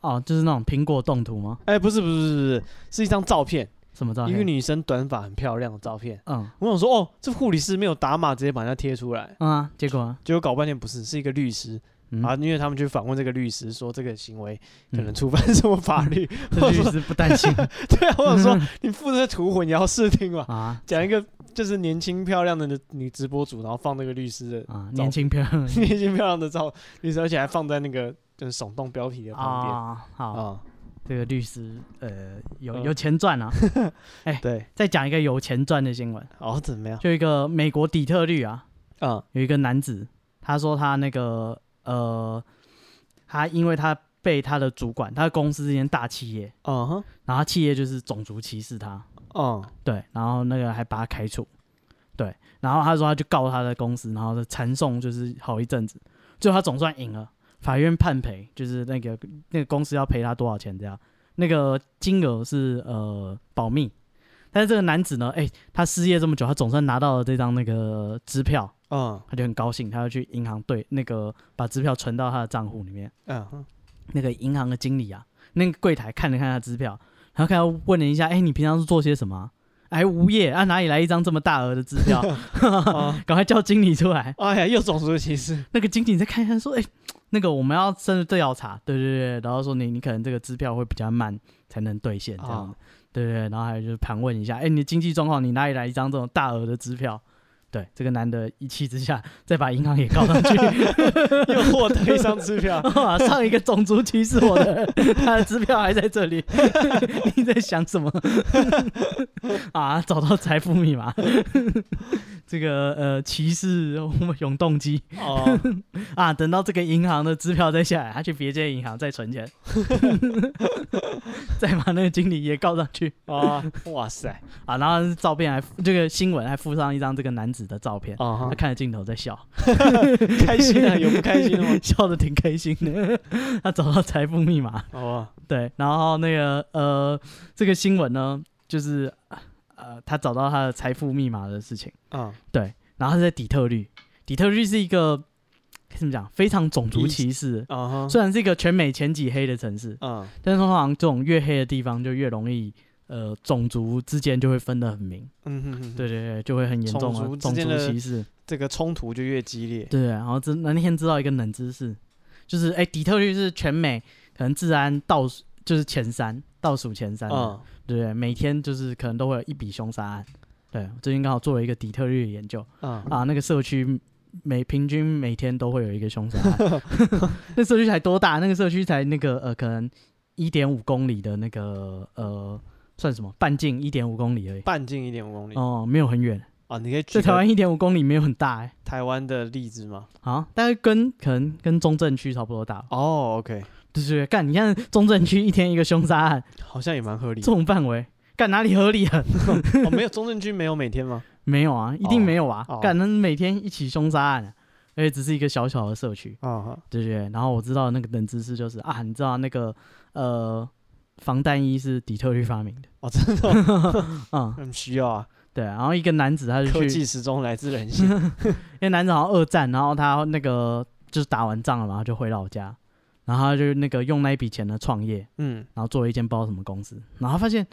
哦，就是那种苹果动图吗？哎，不是不是不是不是，是一张照片，什么照一个片？女生短发很漂亮的照片。嗯我想说，哦，这护理师没有打码，直接把人家贴出来。嗯啊，结果啊结果搞半天不是，是一个律师、嗯啊，因为他们去访问这个律师，说这个行为可能嗯触犯 什么法律，这律师不担 心对啊，我想说，你附这个图混淆视听嘛，嗯啊讲一个就是年轻漂亮的女女直播主，然后放那个律师的、啊，年轻漂亮 年轻漂亮的照，律师，而且还放在那个就是耸动标题的旁边啊，好，啊、这个律师呃有嗯有钱赚啊。 对，再讲一个有钱赚的新闻，哦，怎么样？就一个美国底特律啊，嗯有一个男子，他说他那个呃，他因为他被他的主管，他的公司是一间大企业，嗯哼，然后他企业就是种族歧视他，嗯对，然后那个还把他开除，对，然后他说他就告他的公司，然后就缠讼就是好一阵子，最后他总算赢了，法院判赔就是那个那个公司要赔他多少钱这样，那个金额是呃保密。但是这个男子呢，哎、他失业这么久，他总算拿到了这张那个支票，嗯他就很高兴，他要去银行兑那个把支票存到他的账户里面。嗯哼，那个银行的经理啊，那个柜台看了看他的支票，然后看他问了一下，哎、你平常是做些什么啊、哎，无业啊，哪里来一张这么大额的支票？啊赶快叫经理出来。哎呀，又种族歧视， 那个经理再看一看，说，哎、那个我们要深入调查，对对对，然后说你你可能这个支票会比较慢才能兑 现这样子，啊对对对，然后还有就是盘问一下，哎、你的经济状况，你哪里来一张这种大额的支票？ 对，这个男的一气之下，再把银行也告上去，，又获得一张支 票哇， 上一个种族歧视我的人，他的支票还在这里， 你在想什么？ 啊，找到财富密码， 这个呃歧视永动机哦，啊，等到这个银行的支票再下来，他去别间银行再存钱。 再把那个经理也告上去啊，哇塞，啊，然后照片还附这个新闻还附上一张这个男子的照片，啊他，看着镜头在笑， 开心啊，有不开心的 吗？笑的挺开心的。他找到财富密码，哦，对，然后那个呃，这个新闻呢，就是呃，他找到他的财富密码的事情，嗯，然后他在底特律，底特律是一个该怎么讲，非常种族歧视。啊哈，虽然是一个全美前几黑的城市，嗯，但是通常这种越黑的地方就越容易，呃，种族之间就会分得很明。嗯哼哼，对对对，就会很严重啊，种族种之间族的歧视。这个冲突就越激烈。对，然后知那天知道一个冷知识，就是哎、底特律是全美可能治安倒数就是前三，倒数前三的，嗯，对对？每天就是可能都会有一笔凶杀案。对，最近刚好做了一个底特律的研究嗯，啊，那个社区每平均每天都会有一个凶杀 案， 那社区才多大？那个社区才那个呃，可能一点五公里的那个呃，算什么半径一点五公里而已。半径一点五公里哦、没有很远，啊，你可以举在台个湾一点五公里没有很大哎、台湾的例子吗？啊，大概跟可能跟中正区差不多大，哦，OK，对对对，干，你看中正区一天一个凶杀案，好像也蛮合理这。种范围，干哪里合理啊？哦，没有中正军没有每天 吗？没有啊，一定没有啊，哦干那每天一起凶杀案、啊，而且只是一个小小的社区，啊，对对对。然后我知道那个冷知识就是啊，你知道那个呃防弹衣是底特律发明的，哦，真的哦， 嗯，很需要啊，对。然后一个男子他就科去，技始终来自人 性。因为男子好像二战，然后他那个就是打完仗了嘛，他就回老家，然后他就那个用那一笔钱呢创业，嗯，然后做了一间不知道什么公司，然后他发现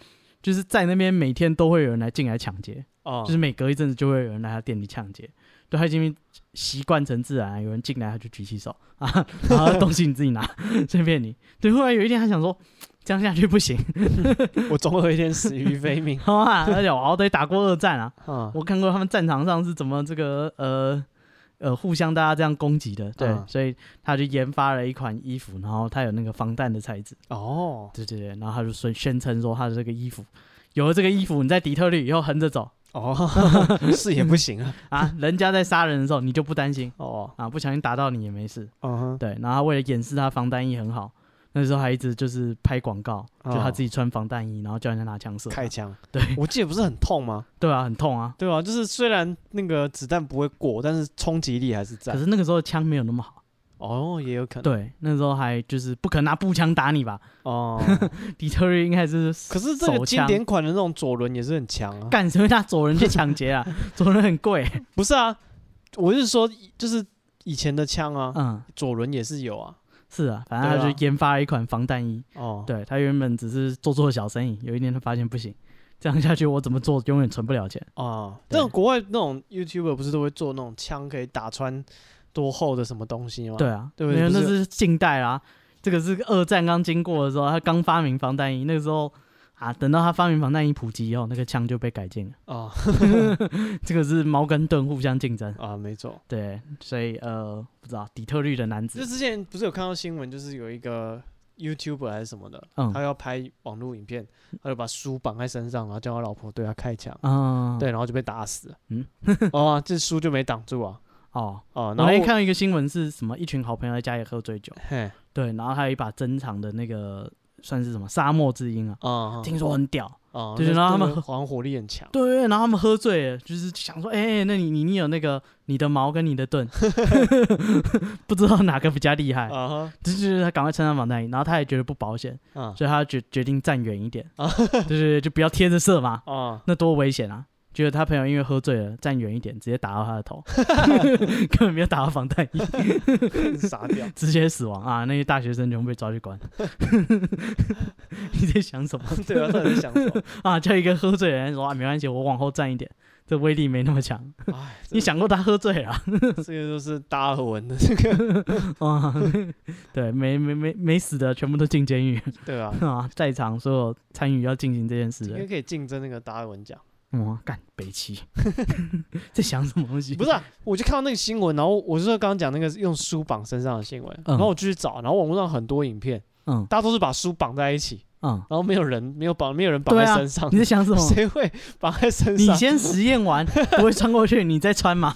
就是在那边每天都会有人来进来抢劫，哦，就是每隔一阵子就会有人来他店里抢劫，对他已经习惯成自然，有人进来他就举起手啊，然后东西你自己拿，随便你。对，后来有一天他想说。这样下去不行， 。我总有一天死于非命好啊！而且我好歹打过二战啊，嗯，我看过他们战场上是怎么这个呃呃互相大家这样攻击的，对，嗯所以他就研发了一款衣服，然后它有那个防弹的材质， 哦，对对对，然后他就宣宣称说他的这个衣服，有了这个衣服，你在底特律以后横着走哦， 是也不行啊。啊，人家在杀人的时候你就不担心哦，啊，不小心打到你也没事。嗯哼，对，然后他为了掩饰他防弹衣很好，那时候还一直就是拍广告，就哦他自己穿防弹衣，然后叫人家拿枪射他，开 枪，对我记得不是很痛吗？对啊，很 痛啊。对吧？就是虽然那个子弹不会过，但是冲击力还是可在。是那个时候枪没有那么好，哦，也有可能。对，那时候还就是不可能拿步枪打你吧？哦，底特律应该是 可是这手个经枪典款的那种左轮也是很强啊。干谁会拿左轮去抢劫啊？ 左轮很 贵，不是啊，我是说，就是以前的枪啊，嗯，左轮也是有啊。是啊，反正他对啊就研发了一款防弹衣，哦，对他原本只是做做小生意，有一天他发现不行，这样下去我怎么做永远存不了钱。哦，对那种国外那种 YouTuber 不是都会做那种枪可以打穿多厚的什么东西吗？对，啊，对不没对有不那是是近代啦，这个是二战刚经过的时候，他刚发明防弹衣，那个时候啊，等到他发明防弹衣普及以后，那个枪就被改进了。 哦这个是矛跟盾互相竞争，啊，没错。对，所以呃，不知道底特律的男就子，之前不是有看到新闻，就是有一个 YouTuber 还是什么的，嗯他要拍网络影片，他就把书绑在身上，然后叫他老婆对他开枪，嗯，对，然后就被打死了。嗯， 哦、这书就没挡住啊。哦，哦，我然后那天我看到一个新闻是什么，一群好朋友在家里喝醉酒，嘿，对，然后还有一把珍藏的那个算是什么沙漠之鹰啊，啊、听说很屌。啊，就是那让他那们个好像火力很强。对，然后他们喝醉了，就是想说，哎、那你你你有那个你的矛跟你的盾， 不知道哪个比较厉害，啊哈，就是他赶快穿上防弹衣，然后他也觉得不保险，啊所以他决决定站远一点，啊对对 对，就不要贴着射嘛，啊，那多危险啊！觉得他朋友因为喝醉了，站远一点，直接打到他的头， 根本没有打到防弹衣，傻掉。直接死亡啊！那些大学生全部被抓去关。 你在想什么 对啊，到底在想什么？ 啊？叫一个喝醉的人说啊，没关系，我往后站一点，这威力没那么强。哎， 你想过他喝醉了？这这个就是达尔文的 这个， 啊，对，没没没没死的全部都进监狱对啊，啊，在场所有参与要进行这件事应的该，可以竞争那个达尔文奖。哇，干北齐， 在想什么东西？不是、啊，我就看到那个新闻，然后我就刚刚讲那个用书绑身上的新闻，然后我就去找，然后网络上很多影片，嗯大家都是把书绑在一起，嗯，然后没有人没有绑，没有人绑在对啊身上，你在想什么？谁会绑在身你上？先实验 完，不会穿过去，你再穿嘛。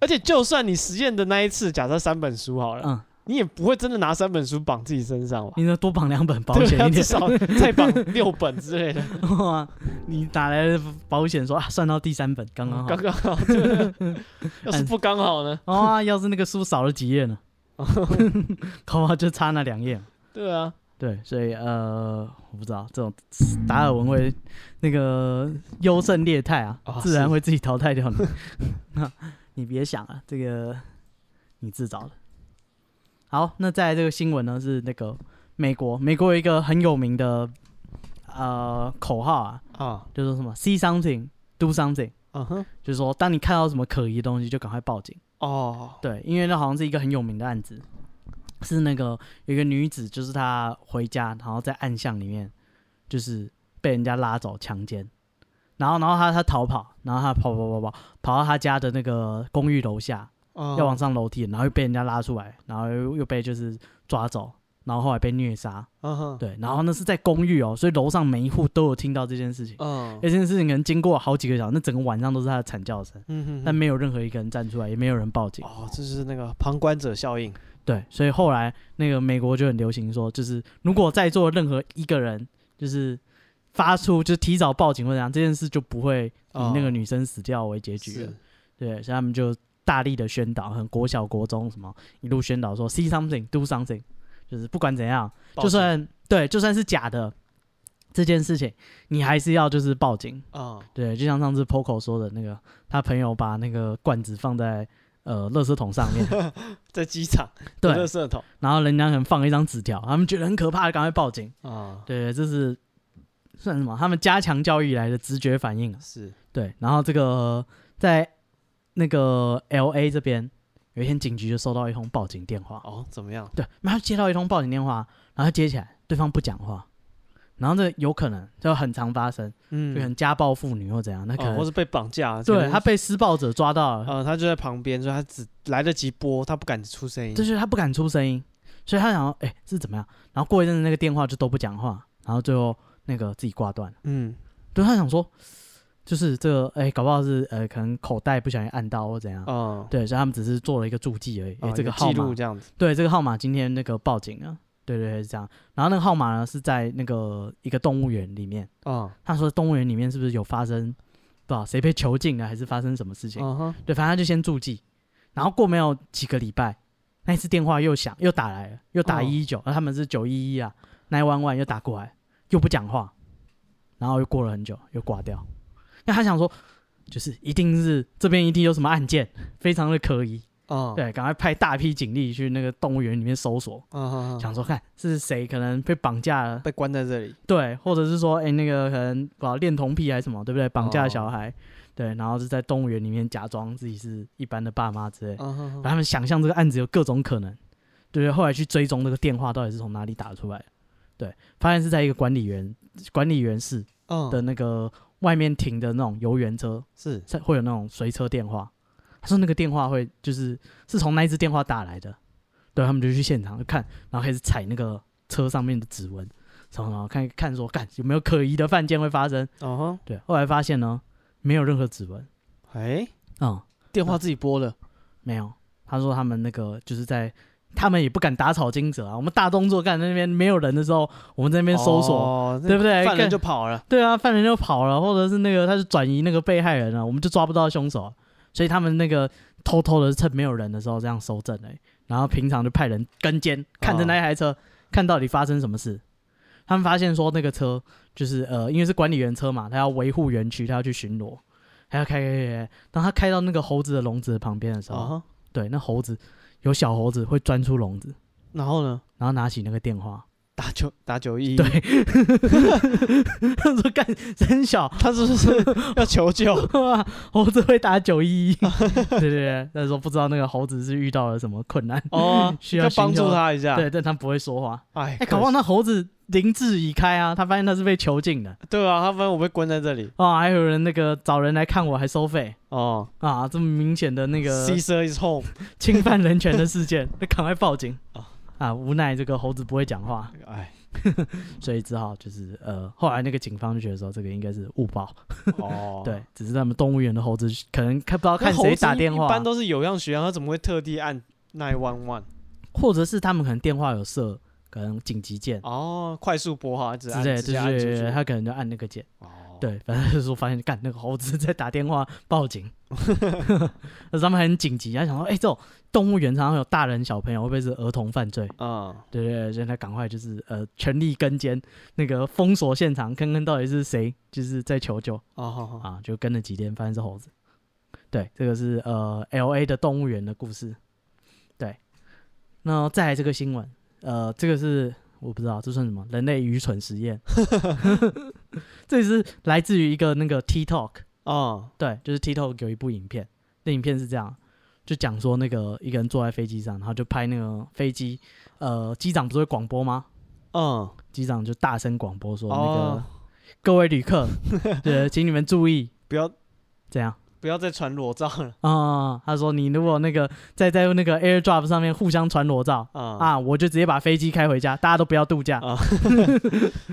而且就算你实验的那一次，假设三本书好了，嗯，你也不会真的拿三本书绑自己身上吧？你能多绑两本保对险啊一至点。少再绑六本之 类的，哇，你打来的保险说啊，算到第三本刚刚好。刚刚好。对 啊要是不刚好呢？哦啊，要是那个书少了几页 呢？搞不好就差那两页。对啊，对，所以呃，我不知道这种达尔文为那个优胜劣汰啊，哦自然是会自己淘汰掉你。 那你别想了，这个你自找的。好，那在这个新闻呢是那个美国，美国有一个很有名的呃口号啊，啊，就说什么 “see something, do something”，嗯哼，就是说当你看到什么可疑的东西，就赶快报警。哦，对，因为那好像是一个很有名的案子，是那个有一个女子，就是她回家，然后在暗巷里面，就是被人家拉走强奸，然后然后她她逃跑，然后她跑跑跑跑跑到她家的那个公寓楼下，要要往上楼梯，然后又被人家拉出来，然后又又被就是抓走，然后后来被虐杀，嗯哼，对，然后那是在公寓哦，所以楼上每一户都有听到这件事情，嗯这件事情可能经过好几个小时，那整个晚上都是她的惨叫声，嗯哼，但没有任何一个人站出来，也没有人报警。哦，这是那个旁观者效应。对，所以后来那个美国就很流行说，就是如果在座任何一个人就是发出就是提早报警或者怎样，这件事就不会以那个哦女生死掉为结局了。是，对，所以他们就大力的宣导，很国小国中什么一路宣导说 see something do something，就是不管怎样，报就警算对就算是假的这件事情，你还是要就是报警。啊，对，就像上次 Poco 说的那个，他朋友把那个罐子放在呃垃圾桶上面， 在机场对，热射桶然后人家可能放了一张纸条，他们觉得很可怕，赶快报警。啊，对，这是算什么？他们加强教育以来的直觉反应啊。是对，然后这个在那个 L A 这边，有一天警局就收到一通报警电话。哦，怎么样？对，马上接到一通报警电话，然后接起来，对方不讲话，然后这有可能就很常发生，就可嗯，能家暴妇女或怎样，那可哦，能、或是被绑架，可对能他被施暴者抓到了，呃，他就在旁边，所以他只来得及播，他不敢出声音。就是他不敢出声音，所以他想说，哎、是怎么样？然后过一阵子那个电话就都不讲话，然后最后那个自己挂断了。嗯，对他想说，就是这个，哎、搞不好是呃，可能口袋不小心按到或怎样。哦，对，所以他们只是做了一个注记而已。哎、哦这有号记码录，这样子，对，这个号码今天那个报警了。对对对，是这样。然后那个号码呢是在那个一个动物园里面。哦，他说动物园里面是不是有发生，不知道谁被囚禁了，还是发生什么事情？嗯哼，对，反正他就先注记，然后过没有几个礼拜，那一次电话又响，又打来了，又打哦一一九，那他们是九一一啊，那万万又打过来，又不讲话，然后又过了很久，又挂掉。那他想说，就是一定是这边一定有什么案件，非常的可疑，哦，，对，赶快派大批警力去那个动物园里面搜索，嗯哼，想说看是谁可能被绑架了，被关在这里，对，或者是说，哎、那个可能把恋童癖还是什么，对不对？绑架哦小孩，对，然后是在动物园里面假装自己是一般的爸妈之类，然后嗯哼，他们想象这个案子有各种可能，对不对？后来去追踪那个电话到底是从哪里打出来的，对，发现是在一个管理员管理员室嗯，的那个外面停的那种游园车，是才会有那种随车电话。他说那个电话会就是是从那一只电话打来的，对他们就去现场就看，然后开始踩那个车上面的指纹，然后然后看看说干有没有可疑的犯贱会发生。哦对，后来发现呢没有任何指纹，哼，哎，哦嗯，电话自己拨的，没有。他说他们那个就是在他们也不敢打草惊蛇啊，我们大动作干在那边没有人的时候，我们在那边搜索索，对不对犯人干就跑了，对啊，犯人就跑了，或者是那个他是转移那个被害人了、我们就抓不到凶手啊、所以他们那个偷偷的趁没有人的时候这样搜证哎、然后平常就派人跟监，看着那台车，看到底发生什么事。他们发现说那个车就是呃，因为是管理员车嘛，他要维护园区，他要去巡逻，还要开开开开。当他开到那个猴子的笼子的旁边的时候，啊，对，那猴子有小猴子会钻出笼子，然后呢，然后拿起那个电话， 打九打九一，对他说干真小，他是不是 要求救？哇， 猴子会打九一一，对对对，那时候不知道那个猴子是遇到了什么困难，哦， 需要要寻帮助求他一下。，对，但他不会说话。哎哎、搞不好那猴子灵智已开啊，他发现他是被囚禁 的对啊，他发现我被关在这里啊，还有人那个找人来看我还收费哦。啊，这么明显的那 个 Caesar is home，侵犯人权的事件， 那赶快报警啊啊！无奈这个猴子不会讲话，哎，所以只好就是呃，后来那个警方就觉得说这个应该是误报，哦， 对，只是他们动物园的猴子可能看不知道那看猴谁子打一电话嗯一，般都是有样学样，他怎么会特地按 nine one one？或者是他们可能电话有设可能紧急键哦，快速拨哈，只之按类的，直接按对出对对，去他可能就按那个键。哦，对，反正就是我发现，干那个猴子在打电话报警， 那他们很紧急，他想说，哎、这种动物园常常有大人小朋友，会不会是儿童犯罪？嗯，对对对，所以他赶快就是呃，全力跟监那个封锁现场，看看到底是谁就是在求救哦，好好，啊，就跟了几天，发现是猴子。对，这个是呃 L A 的动物园的故事。对，那再来这个新闻，呃，这个是我不知道这算什么，人类愚蠢实验。 这是来自于一个那个 TikTok，哦，对，就是 TikTok 有一部影片，那影片是这样，就讲说那个一个人坐在飞机上，然后就拍那个飞机，呃，机长不是会广播吗？嗯，机长就大声广播说：“那个、哦各位旅客，对，请你们注意，不要怎样不要再传裸照了啊、他说：“你如果那个再在那个 AirDrop 上面互相传裸照、啊，啊，我就直接把飞机开回家，大家都不要度假。啊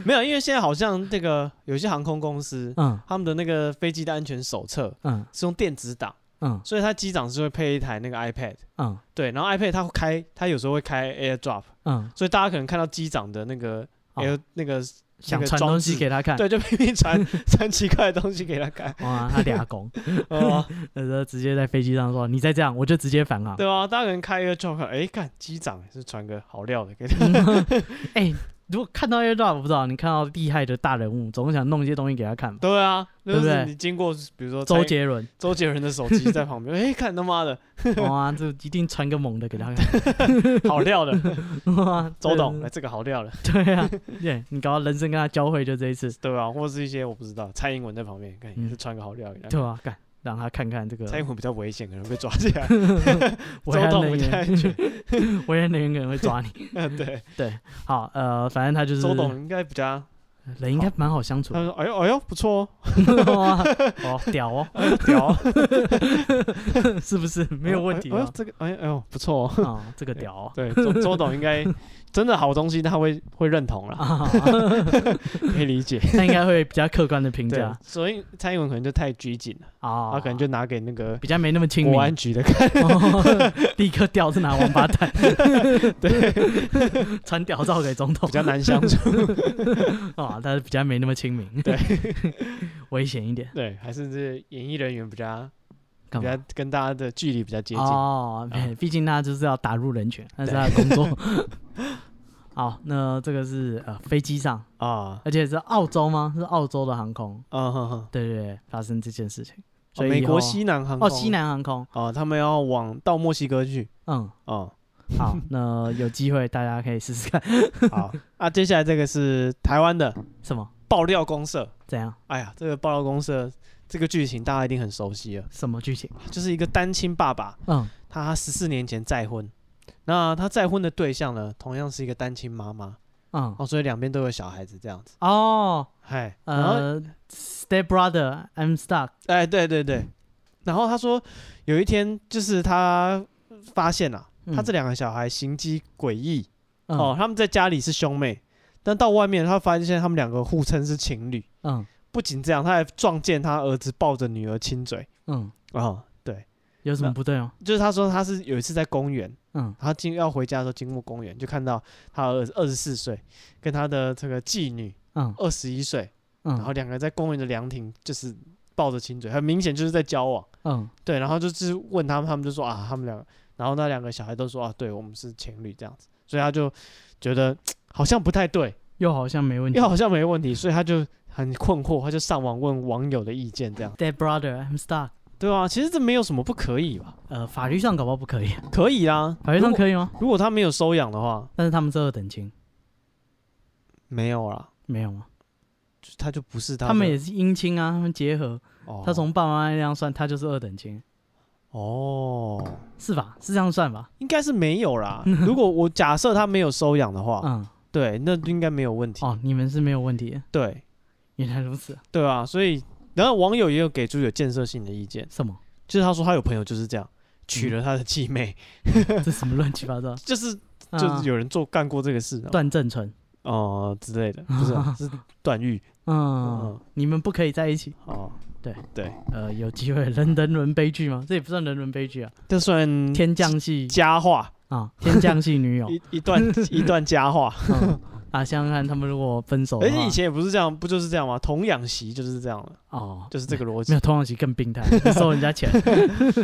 没有，因为现在好像那个有些航空公司嗯他们的那个飞机的安全手册嗯是用电子档，嗯所以他机长是会配一台那个 iPad，嗯对，然后 iPad 他开，他有时候会开 AirDrop，嗯，所以大家可能看到机长的那个哦 Air、那个想个传装东西置给他看，对，就拼命传 传奇怪的东西给他看， 哇，他俩拱，哦，那时候直接在飞机上说：“你再这样，我就直接返航。”对啊，大家可能开 AirDrop，看哎，看机长是传个好料 的给他，哎、如果看到 AirDrop，我不知道你看到厉害的大人物，总想弄一些东西给他看吧。对啊，对就不对是你经过，比如说周蔡 杰伦，周杰伦的手机在 旁边，哎，看他妈的哇、这一定传个猛的给他看。好 料的，哇，周董，哎这来这个好料的， 对啊，耶，你搞到人生跟他交汇就这一次，对啊，或是一些我不知道，蔡英文在旁边，看也是嗯传个好料给他对看。吧、干，让他看看这个蔡英文比较危险，可能会被抓起 来。维周安董人比较员，安全。维安人员可能会抓你。 对，好，呃，反正他就是周董应该比较，人应该蛮好相处他的。说：“哎呦哎呦，不错哦， 哇哦，屌哦，哎呦屌哦，嗯是不是 没有问题哎呦啊？这个哎呦哎呦不错哦。啊、这个屌、哦。对，周周董应该真的好东西，他会会认同 啦，啊，可以理解。他应该会比较客观的评对价，所以蔡英文可能就太拘谨了，啊，他可能就拿给那个比较没那么亲民国，安局的 看。哦立刻调是拿王八 蛋，对，传屌照给总统比较难相处。啊，他比较没那么亲民，对， 危险一点，对，还是这演艺人员比较比干嘛较跟大家的距离比较接近。啊哦，没毕竟他就是要打入人群，那是他的工作。 好，那这个是呃飞机上，啊，而且是澳洲吗？是澳洲的航空，嗯哼哼，对对对，发生这件事情，哦所以美以国后西南航空哦西南航空，哦，他们要往到墨西哥去嗯，哦。 好，那有机会大家可以试试看好，啊，接下来这个是台湾的什么爆料公社。怎样哎呀，这个爆料公社这个剧情大家一定很熟悉了，什么剧情，就是一个单亲爸爸，嗯他十四年前再婚，那他再婚的对象呢，同样是一个单亲妈妈嗯哦，所以两边都有小孩子这样子。哦。嗨，然后呃，Step Brother I'm Stuck，哎，对对对，然后他说有一天就是他发现啊，他这两个小孩行迹诡异、嗯哦，，他们在家里是兄妹，但到外面他发现他们两个互称是情侣。嗯不仅这样，他还撞见他儿子抱着女儿亲嘴嗯，哦，对，有什么那不对吗？就是他说他是有一次在公园，嗯他经要回家的时候经过公园，就看到他儿子二十四岁跟他的这个继女嗯二十一岁，嗯，然后两个在公园的凉亭就是抱着亲嘴，很明显就是在交往。嗯对，然后就是问他们，他们就说啊，他们两个，然后那两个小孩都说啊，对我们是情侣这样子，所以他就觉得好像不太对，又好像没问题又。好像没问题，所以他就很困惑，他就上网问网友的意见，这样 Step Brother I'm Stuck，对啊，其实这没有什么不可以吧？呃，法律上搞不好不可以， 可以啊，法律上以。可以吗？如果他没有收养的话，但是他们是二等亲，没有啦，没有吗？就他就不是他的。他们也是姻亲啊，他们结合，哦，他从爸妈那样算，他就是二等亲，哦，是吧？是这样算吧？应该是没有 啦。如果我假设他没有收养的话，嗯，对，那应该没有问题。哦，你们是没有问题的，对，原来如此。对啊，所以然后网友也有给出有建设性的意见，什么？就是他说他有朋友就是这样娶嗯了他的继妹，这什么乱七八糟？就是 啊就是有人做干过这个事，啊段正淳，哦、之类的，不是 啊是段誉嗯嗯，你们不可以在一起。哦，对对，呃，嗯有机会人人伦悲剧吗？这也不算人伦悲剧啊，这算 天降系佳话啊，天降系女 友一一 段一段佳话。嗯啊，想想看他们如果分手而的且话哎以，前也不是这样，不就是这样吗？童养媳就是这样了，哦，就是这个逻没辑有。童养媳更病态，收人家 钱，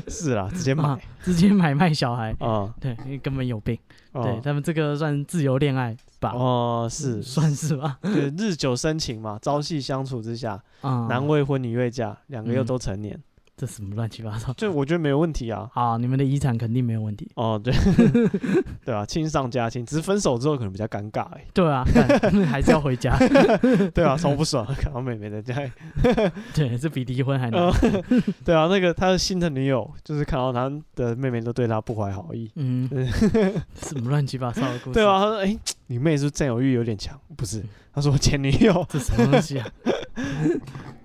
是啦，直接买啊，直接买卖小孩，啊，对，因为根本有病，嗯对他们这个算自由恋爱吧？哦，是 算是吧？就是日久生情嘛，朝夕相处之下，啊、男未婚女未嫁，两个又嗯都成年，这什么乱七八糟？这我觉得没有问题啊。好，你们的遗产肯定没有问题。哦，对，对啊，亲上加亲，只是分手之后可能比较尴尬哎、对啊，干还是要回 家。对啊，超不爽，看到妹妹在家里，对，这比离婚还难。呃，对啊，那个他的新的女友，就是看到他的妹妹都对他不怀好意，嗯， 什么乱七八糟的故事？对啊，，他说，哎、你妹是不是占有欲有点强，不是，他说我前女友，这什么东西啊？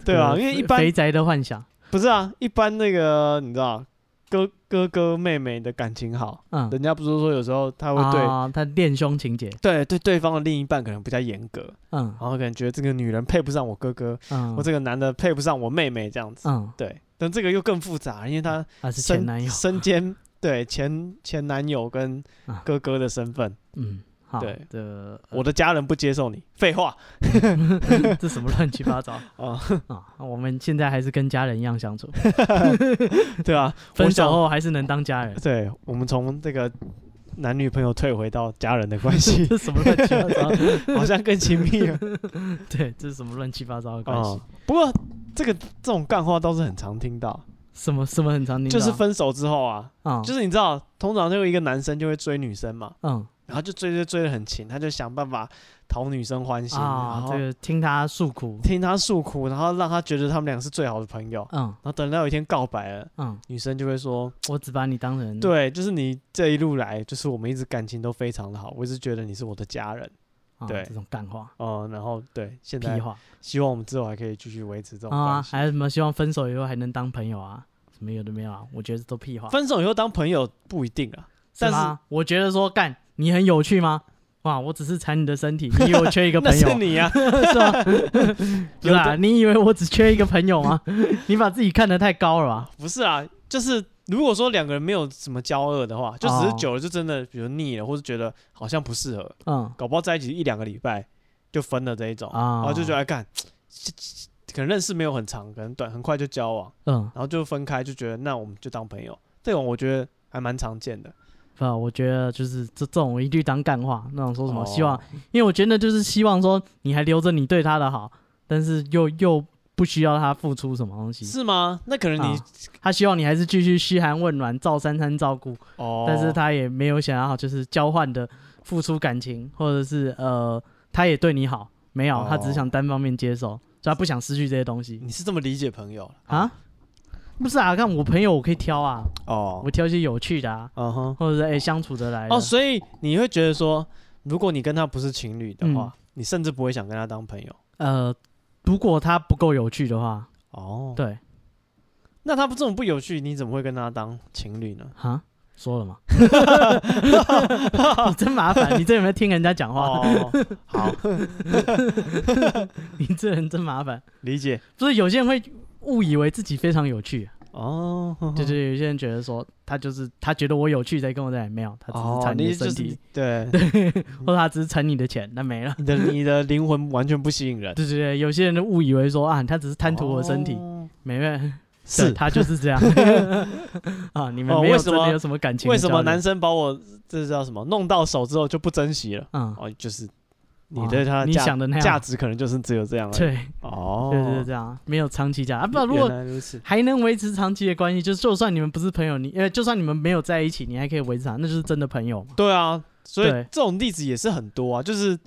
对啊，这个因为一肥般肥宅的幻想。不是啊，一般那个你知道，哥哥哥妹妹的感情好，嗯，人家不是说有时候他会对、啊，他恋兄情节。对对对方的另一半可能比较严格，嗯然后可能觉得这个女人配不上我哥哥，嗯，哦我这个男的配不上我妹妹这样子。嗯，对，但这个又更复杂，因为他他嗯是身前男友。身兼对前前男友跟啊哥哥的身份，嗯，好，对的，我的家人不接受你，废 话这什么乱七 八糟啊，啊？我们现在还是跟家人一样 相处，对啊，分我想手，后还是能当 家人。对我们从这个男女朋友退回到家人的关 系，这什么乱七八糟？好像更亲密 了对，这是什么乱七八糟的关系啊？。不过这个这种干话倒是很常听到，什么什么很常听到，就是分手之后啊，啊，就是你知道，通常就一个男生就会追女生嘛。嗯然后就追追追的很勤，他就想办法讨女生欢心，然啊，后这个听他诉苦，听她诉苦，然后让她觉得他们俩是最好的朋友。嗯然后等到有一天告白了，嗯，女生就会说我只把你当人，：“对，就是你这一路来，就是我们一直感情都非常的好，我一直觉得你是我的家人。啊对这种干话。哦、然后对，现屁在话希望我们之后还可以继续维持这种啊！关系。还有什么希望分手以后还能当朋友啊？什么有的没有啊？我觉得这都屁话。分手以后当朋友不一定啊，但是吗？我觉得说干你很有趣吗？哇，我只是馋你的身体，你以为我缺一个 那朋是友你啊，是吧？是有吧？的啊你以为我只缺一个朋友 吗？你把自己看得太高了吧？不是啊，就是。如果说两个人没有什么交恶的话，就只是哦久了就真的，比如腻了，或是觉得好像不适合，嗯搞不好在一起一两个礼拜就分了这一种，啊然后就觉得哎干，可能认识没有很长，可能短很快就交往，嗯，然后就分开，就觉得那我们就当朋友，这种我觉得还蛮常见的。啊，我觉得就是这这种我一律当干话，那种说什么哦希望，因为我觉得就是希望说你还留着你对他的好，但是又又不需要他付出什么东西，是吗？那可能你、嗯啊他希望你还是继续嘘寒问暖，照三餐照顾，哦，但是他也没有想要就是交换的付出感情，或者是呃他也对你好，没有，哦他只是想单方面接受，所以他不想失去这些东西你是这么理解朋友啊？不是啊，看我朋友我可以挑啊，哦我，挑一些有趣的啊，嗯哼，或者是哎、相处得来的哦，所以你会觉得说，如果你跟他不是情侣的嗯话，你甚至不会想跟他当朋友呃，如果他不够有趣的话，哦。对，那他不这种不有趣，你怎么会跟他当情侣呢？哈，说了嘛， 你真麻烦，你这有没有听人家讲话？哦，好， 你这人真麻烦，理解不是有些人会误以为自己非常有趣，哦，就。是有些人觉得说他就是他觉得我有趣才跟我在，没 有，他只是哦，馋你你的就身是嗯体，对，或者他只是馋你的钱，那没了。你的你的灵魂完全不吸引人，对对对，有些人误以为说啊，他只是贪图我的身体，哦没没，对是他就是这样啊，你们哦没有为什真么的有什么感情的为交什流？么男生把我这叫什么弄到手之后就不珍惜了？嗯，哦，就是你对他啊的你价想的那样价值可能就是只有这样了。对。哦，对对对，这样啊没有长期价啊。不，原如果来如此，还能维持长期的关系，就是就算你们不是朋友，你呃，就算你们没有在一起，你还可以维持啊，那就是真的朋友嘛。对啊，所以对这种例子也是很多啊，就是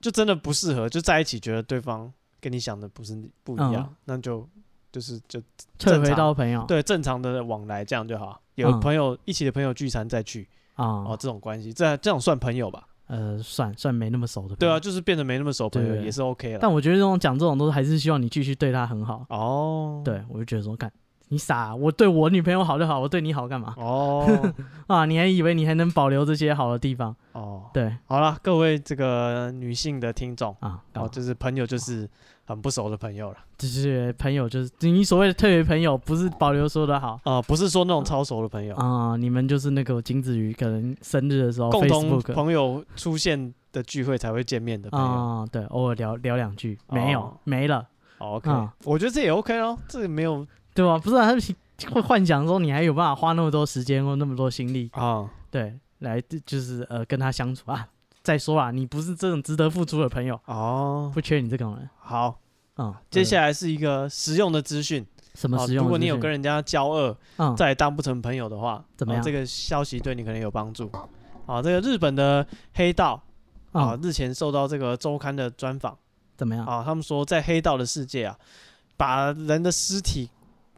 就真的不适合，就在一起觉得对方跟你想的不是不一样嗯，那就就是就退正回常到朋友，对正常的往来这样就好。有嗯朋友、一起的朋友聚餐再去哦，啊，这种关系，这这种算朋友吧？呃，算算没那么熟的。对啊，，就是变得没那么熟朋友嗯对也是 OK 了。但我觉得这种讲这种都还是希望你继续对他很好。哦，对，我就觉得说，看你傻啊、我对我女朋友好就好，我对你好干嘛哦啊？你还以为你还能保留这些好的地方？ 哦，对好了，各位这个女性的听众，啊，然后搞就是朋友就是很不熟的朋友了，就是朋友，就是你所谓的特别朋友，不是保留说的好啊，不是说那种超熟的朋友，啊、你们就是那个金子鱼，可能生日的时候哦共同 Facebook 朋友出现的聚会才会见面的朋友。啊、对，偶尔聊聊两句，没有、哦没了，哦 OK，嗯我觉得这也 OK 咯，这个没有对吧？不是、啊、他们会幻想说你还有办法花那么多时间或那么多心力，啊，对，来就是呃跟他相处啊。再说啦，你不是这种值得付出的朋友，哦，不缺你这种人好，啊、接下来来是一个实用的资讯。什么好使哦哦用的资讯？如果你有跟人家交恶，嗯再当不成朋友的话，怎么啊样这个消息对你可能有帮助。啊，这个日本的黑道啊，嗯日前受到这个周刊的专访怎么样？啊，他们说在黑道的世界啊，把人的尸体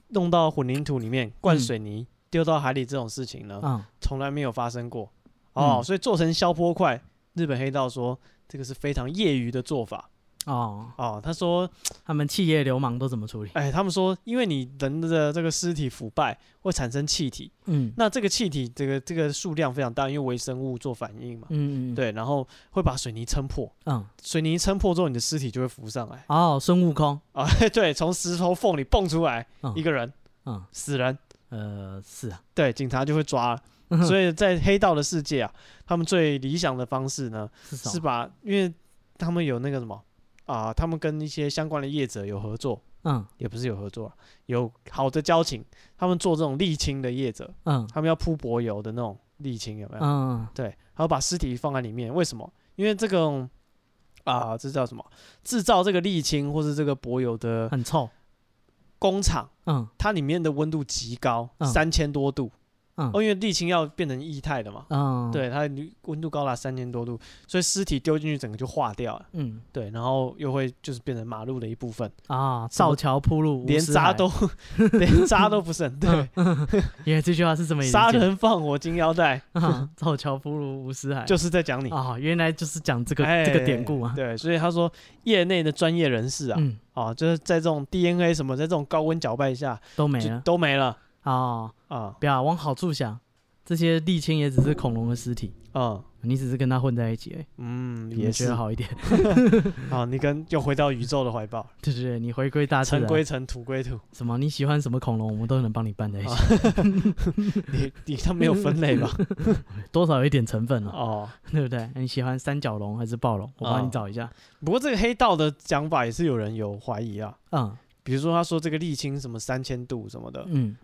弄到混凝土里面灌水泥，丢到海里这种事情呢，嗯从来没有发生过。哦，嗯所以做成消波块，日本黑道说这个是非常业余的做法。哦，哦，他说他们企业流氓都怎么处理？哎，他们说，因为你人的这个尸体腐败会产生气体，嗯那这个气体这个这个数量非常大，因为微生物做反应嘛，嗯嗯，嗯，对，然后会把水泥撑破，嗯水泥撑破之后，你的尸体就会浮上来 哦，孙悟空，啊，对，从石头缝里蹦出来、嗯一个人，嗯死人，呃是啊，对，警察就会抓了。嗯所以在黑道的世界啊，他们最理想的方式呢，是什是么？把，因为他们有那个什么啊、他们跟一些相关的业者有合作，嗯也不是有合作啊，有好的交情，他们做这种沥青的业者，嗯他们要铺柏油的那种沥青，有没有？嗯对，然后把尸体放在里面，为什么？因为这种啊、这叫什么？制造这个沥青或是这个柏油的很臭，工厂，嗯它里面的温度极高，嗯三千多度。嗯哦，因为沥青要变成液态的嘛，嗯，，对，它的温度高达三千多度，所以尸体丢进去整个就化掉了。嗯对，然后又会就是变成马路的一部分，什么啊，造桥铺路，连渣渣都 连渣都不嗯剩。对，因为这句话是什么意思？杀人放火金腰带，啊，造桥铺路无尸骸，就是在讲你啊，原来就是讲这个哎这个典故啊，对，所以他说，业内的专业人士啊，嗯，啊，就是在这种 DNA 什么，在这种高温搅拌下，都没就了都没了啊，啊，不要往好处想，这些沥青也只是恐龙的尸体，嗯你只是跟它混在一起而已，嗯，你也们觉是得好一点，啊，你跟又回到宇宙的怀抱，对对对，你回归大自尘然，归尘，土归土，什么你喜欢什么恐龙，我们都能帮你办在一起，你你他没有分类吧？ 多少有一点成分了，哦， 对不对？你喜欢三角龙还是暴龙？我帮哦你找一下，不过这个黑道的讲法也是有人有怀疑啊，嗯比如说他说这个沥青什么三千度什么的，嗯，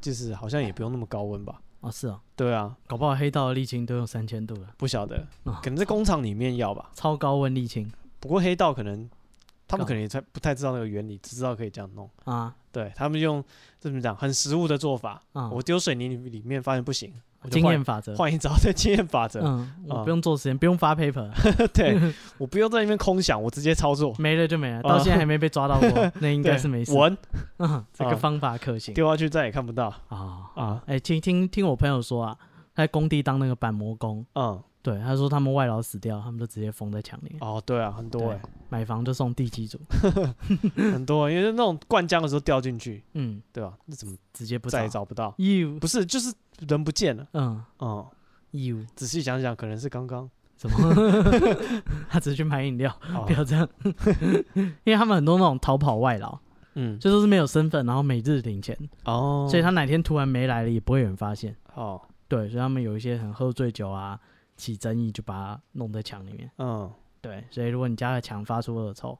就是好像也不用那么高温吧？哦是哦，对啊，搞不好黑道的沥青都有三千度了，不晓得，啊可能在工厂里面要吧。超高温沥青不过黑道可能他们搞可能也才不太知道那个原理，只知道可以这样弄。啊对他们用这怎么讲，很实物的做法。啊，我丢水泥里面发现不行，我就经验换法 则。换一招，对经验法则。嗯，啊我不用做实验，不用发 paper， 对，我不用在那边空想，我直接操作，没了就没了，哦到现在还没被抓到 过，那嗯应该对是没事。闻嗯，这啊个方法可行丢下去再也看不到啊。啊。哎，听听听我朋友说啊，他在工地当那个板模工，嗯，对，他说他们外劳死掉，他们都直接封在墙里，哦，对啊，很多对哎，买房就送地基组，很多 欸，因为那种灌浆的时候掉进去，嗯，对吧？那怎么直接不再也找不到？ you，不是，就是人不见了。嗯嗯， you 仔细想想，可能是刚刚。什么？ 他只是去买饮料，哦不要这样， 因为他们很多那种逃跑外劳，嗯，就都是没有身份，然后每日领钱，哦，所以他哪天突然没来了，也不会有人发现。哦，对，所以他们有一些很喝醉酒啊，起争议就把它弄在墙里面。嗯，对，所以如果你家的墙发出恶臭，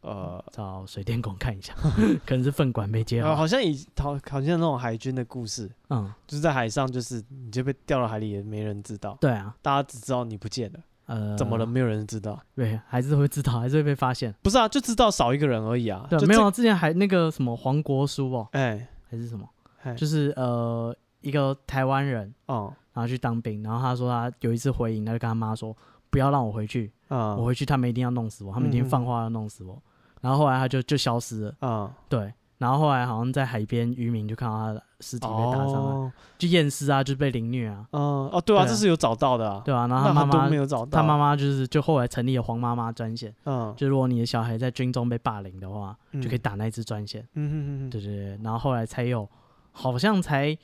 呃，找水电工看一下， 可能是粪管没接呃，好。好像以好好像那种海军的故事，嗯，就是在海上，就是你就被掉到海里，也没人知道，对啊，大家只知道你不见了，呃，怎么了？？没有人知道，对，还是会知道，还是会被发现。不是啊，就知道少一个人而已啊，对就，没有这，啊，之前还那个什么黄国书哦，哎，还是什么，哎就是呃一个台湾人，哦，然后去当兵，然后他说他有一次回营，他就跟他妈说不要让我回去，啊我回去他们一定要弄死我，他们一嗯嗯定放话要弄死我。然后后来他就就消失了，啊，对，然后后来好像在海边，渔民就看到他的尸体被打上来，哦，就验尸啊，就被凌虐啊，嗯，哦，对啊，对啊这是有找到的啊，对啊，然那后他妈很多妈没，有找到，啊他妈，妈就是就后来成立了黄妈妈专线，嗯，就如果你的小孩在军中被霸凌的话，嗯就可以，打那一支专线。嗯嗯嗯嗯，对对对，然后后来才有，好像才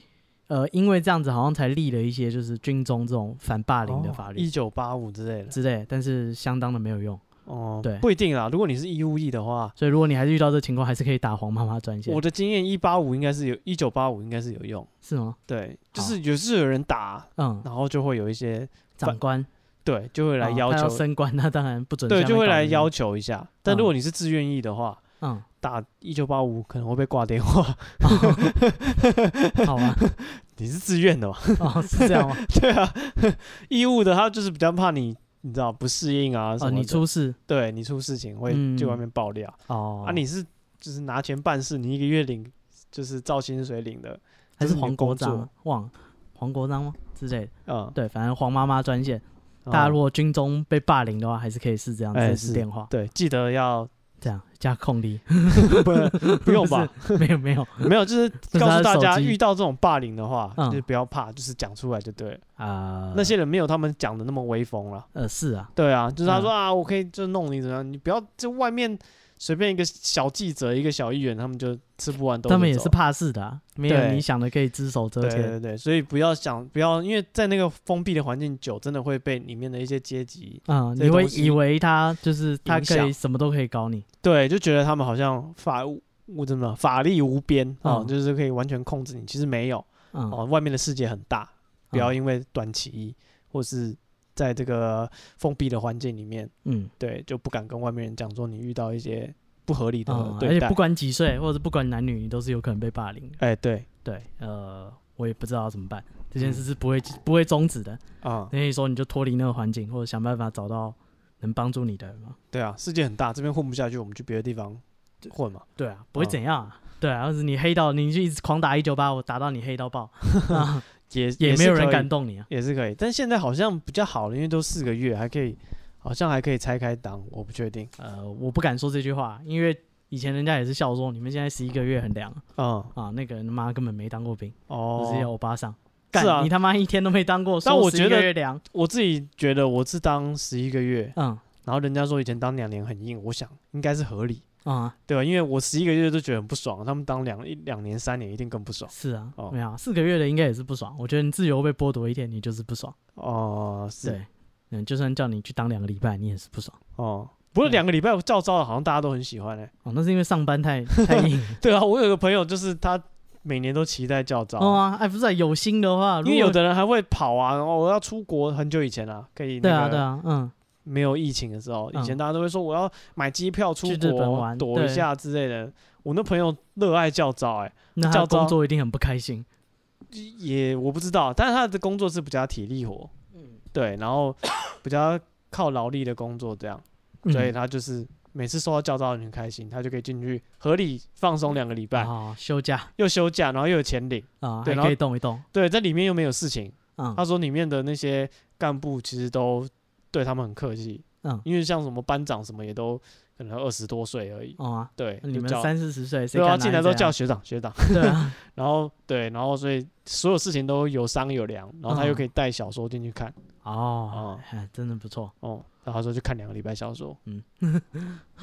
呃，因为这样子好像才立了一些就是军中这种反霸凌的法律哦一九八五之类的，之类，但是相当的没有用。哦，对不一定啦，如果你是义务役的话，所以如果你还是遇到这情况，还是可以打黄妈妈专线我，的经验一八五应该是有，一九八五应该是有用，是吗？对，就好是有是有人打，嗯，然后就会有一些长官对，就会来哦要他求，升官，那当然不准对，下就面会搞来人要求一下，但嗯如果你是自愿意的话。嗯，打一九八五可能会被挂电话，好啊，你是自愿的嘛？ 哦，是这样吗？对啊，义务的他就是比较怕你，你知道不适应啊什哦，么的。你出事对你出事情会嗯去外面爆料、哦，啊！你是就是拿钱办事，你一个月领就是照薪水领的，还这是你的黄国工章作啊？忘了黄国章吗？之类的，嗯，对，反正黄妈妈专线，大家嗯如果军中被霸凌的话，还是可以是这样哎这支是电话，对记得要 这样加控力，不能 不用 吧？没有没有没有，就是是告诉他的大手家，机遇到这种霸凌的话，嗯就是不要怕，就是讲出来就对了。啊，那些人没有他们讲的那么威风了。呃是啊，对啊，就是他嗯说啊，我可以就弄你怎么样？你不要就外面随便一个小记者、一个小议员，他们就吃不完兜着他们也走是怕事的啊，没有对你想的可以只手遮对天，对对，所以不要想不要，因为在那个封闭的环境久，真的会被里面的一些阶级，嗯，这你会东西以为他就是他影可以响什么都可以搞你，对，就觉得他们好像法无我怎么法力无边啊、嗯就是可以完全控制你。其实没有嗯，哦、外面的世界很大，不要嗯因为短期或是在这个封闭的环境里面，嗯对，就不敢跟外面人讲说你遇到一些不合理的嗯，而对且待不。管几岁或者是不管男女，你都是有可能被霸凌的，哎、对对，呃，我也不知道怎么办，这件事嗯是不会不会终止的，啊、所以说你就脱离那个环境，或者想办法找到能帮助你的人嘛，对啊，世界很大，这边混不下去，我们去别的地方混嘛。对啊，不会嗯怎样啊。对啊，要是你黑到你就一直狂打一九八，我打到你黑到爆，啊也也是没有人可以敢动你啊。也是可以，但现在好像比较好了，因为都四个月，还可以，好像还可以拆开档，我不确定。呃，我不敢说这句话，因为以前人家也是笑说你们现在十一个月很凉嗯，啊，那个人他妈根本没当过兵，我直接哦，欧巴桑。是啊干你他妈一天都没当过，但说我11觉得个月凉，我自己觉得我是当十一个月，嗯然后人家说以前当两年很硬，我想应该是合理，嗯，对吧？因为我十一个月都觉得很不爽，他们当两一两年、三年一定更不爽。是啊哦，没有啊四个月的应该也是不爽。我觉得你自由被剥夺一天，你就是不爽。哦、是，对，嗯，就算叫你去当两个礼拜，你也是不爽。哦、不过两个礼拜照招的，好像大家都很喜欢哎、哦，那是因为上班 太太硬。对啊，我有个朋友就是他每年都期待教招。哦啊，哎，不是啊有心的话，如因果为有的人还会跑啊，然后我要出国，很久以前啊，可以、那个、对啊对啊，嗯，没有疫情的时候，嗯以前大家都会说我要买机票出去日本国玩躲一下之类的。我那朋友热爱教招、欸，那教他招工作一定很不开心。也我不知道，但是他的工作是比较体力活，嗯，对，然后 比较靠劳力的工作这样，嗯所以他就是每次收到教招很开心，他就可以进去合理放松两个礼拜，啊，休假又休假，然后又有钱领，啊，对还然后可以动一动。对，在里面又没有事情。嗯他说里面的那些干部其实都对他们很客气，嗯，因为像什么班长什么也都可能二十多岁而已，哦啊，对，你就们叫三四十岁，谁对啊，敢拿进你来都这叫样学长学长， 对啊，然后对，然后所以所有事情都有商有量，然后他又可以带小说进去看，哦，哎真的不错。哦、然后他说去看两个礼拜小说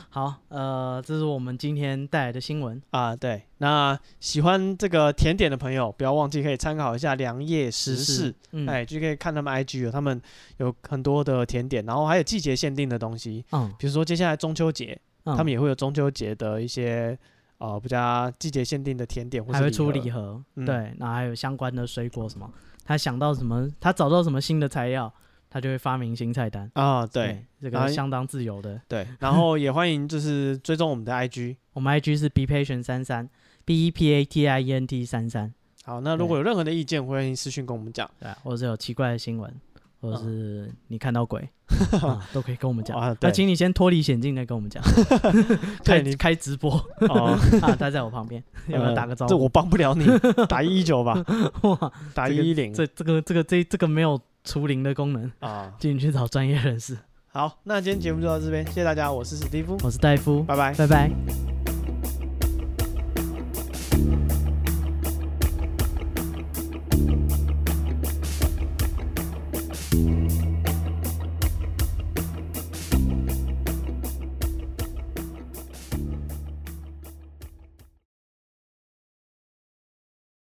好，呃，这是我们今天带来的新闻。啊，对，那喜欢这个甜点的朋友，不要忘记可以参考一下良夜食事，，嗯，哎，就可以看他们 IG 有他们有很多的甜点，然后还有季节限定的东西，嗯，比如说接下来中秋节，嗯他们也会有中秋节的一些。呃，比较季节限定的甜点，或是还会出礼盒，盒，嗯对，然后还有相关的水果什么，他想到什么，他找到什么新的材料，他就会发明新菜单。哎啊，对，这然个后相当自由的。 对，然后也欢迎就是追踪我们的 IG。我们 IG 是 be patient 三三 b e p a t i e n t 三三，好，那如果有任何的意见，欢迎私讯跟我们讲对啊，或者是有奇怪的新闻，或嗯者是你看 到鬼，啊都可以跟我们讲。啊。那对，请你先脱离险境再跟我们讲，对开你开直播 哦，啊，他在我旁边，要不要呃打个招这呼？我帮不了 你，打一一九吧，哇，打这一个一零这这个这个这这个没有除灵的功能，啊。进去找专业人士。好，那今天节目就到这边，谢谢大家，我是史蒂夫，我是戴夫，拜拜。拜拜。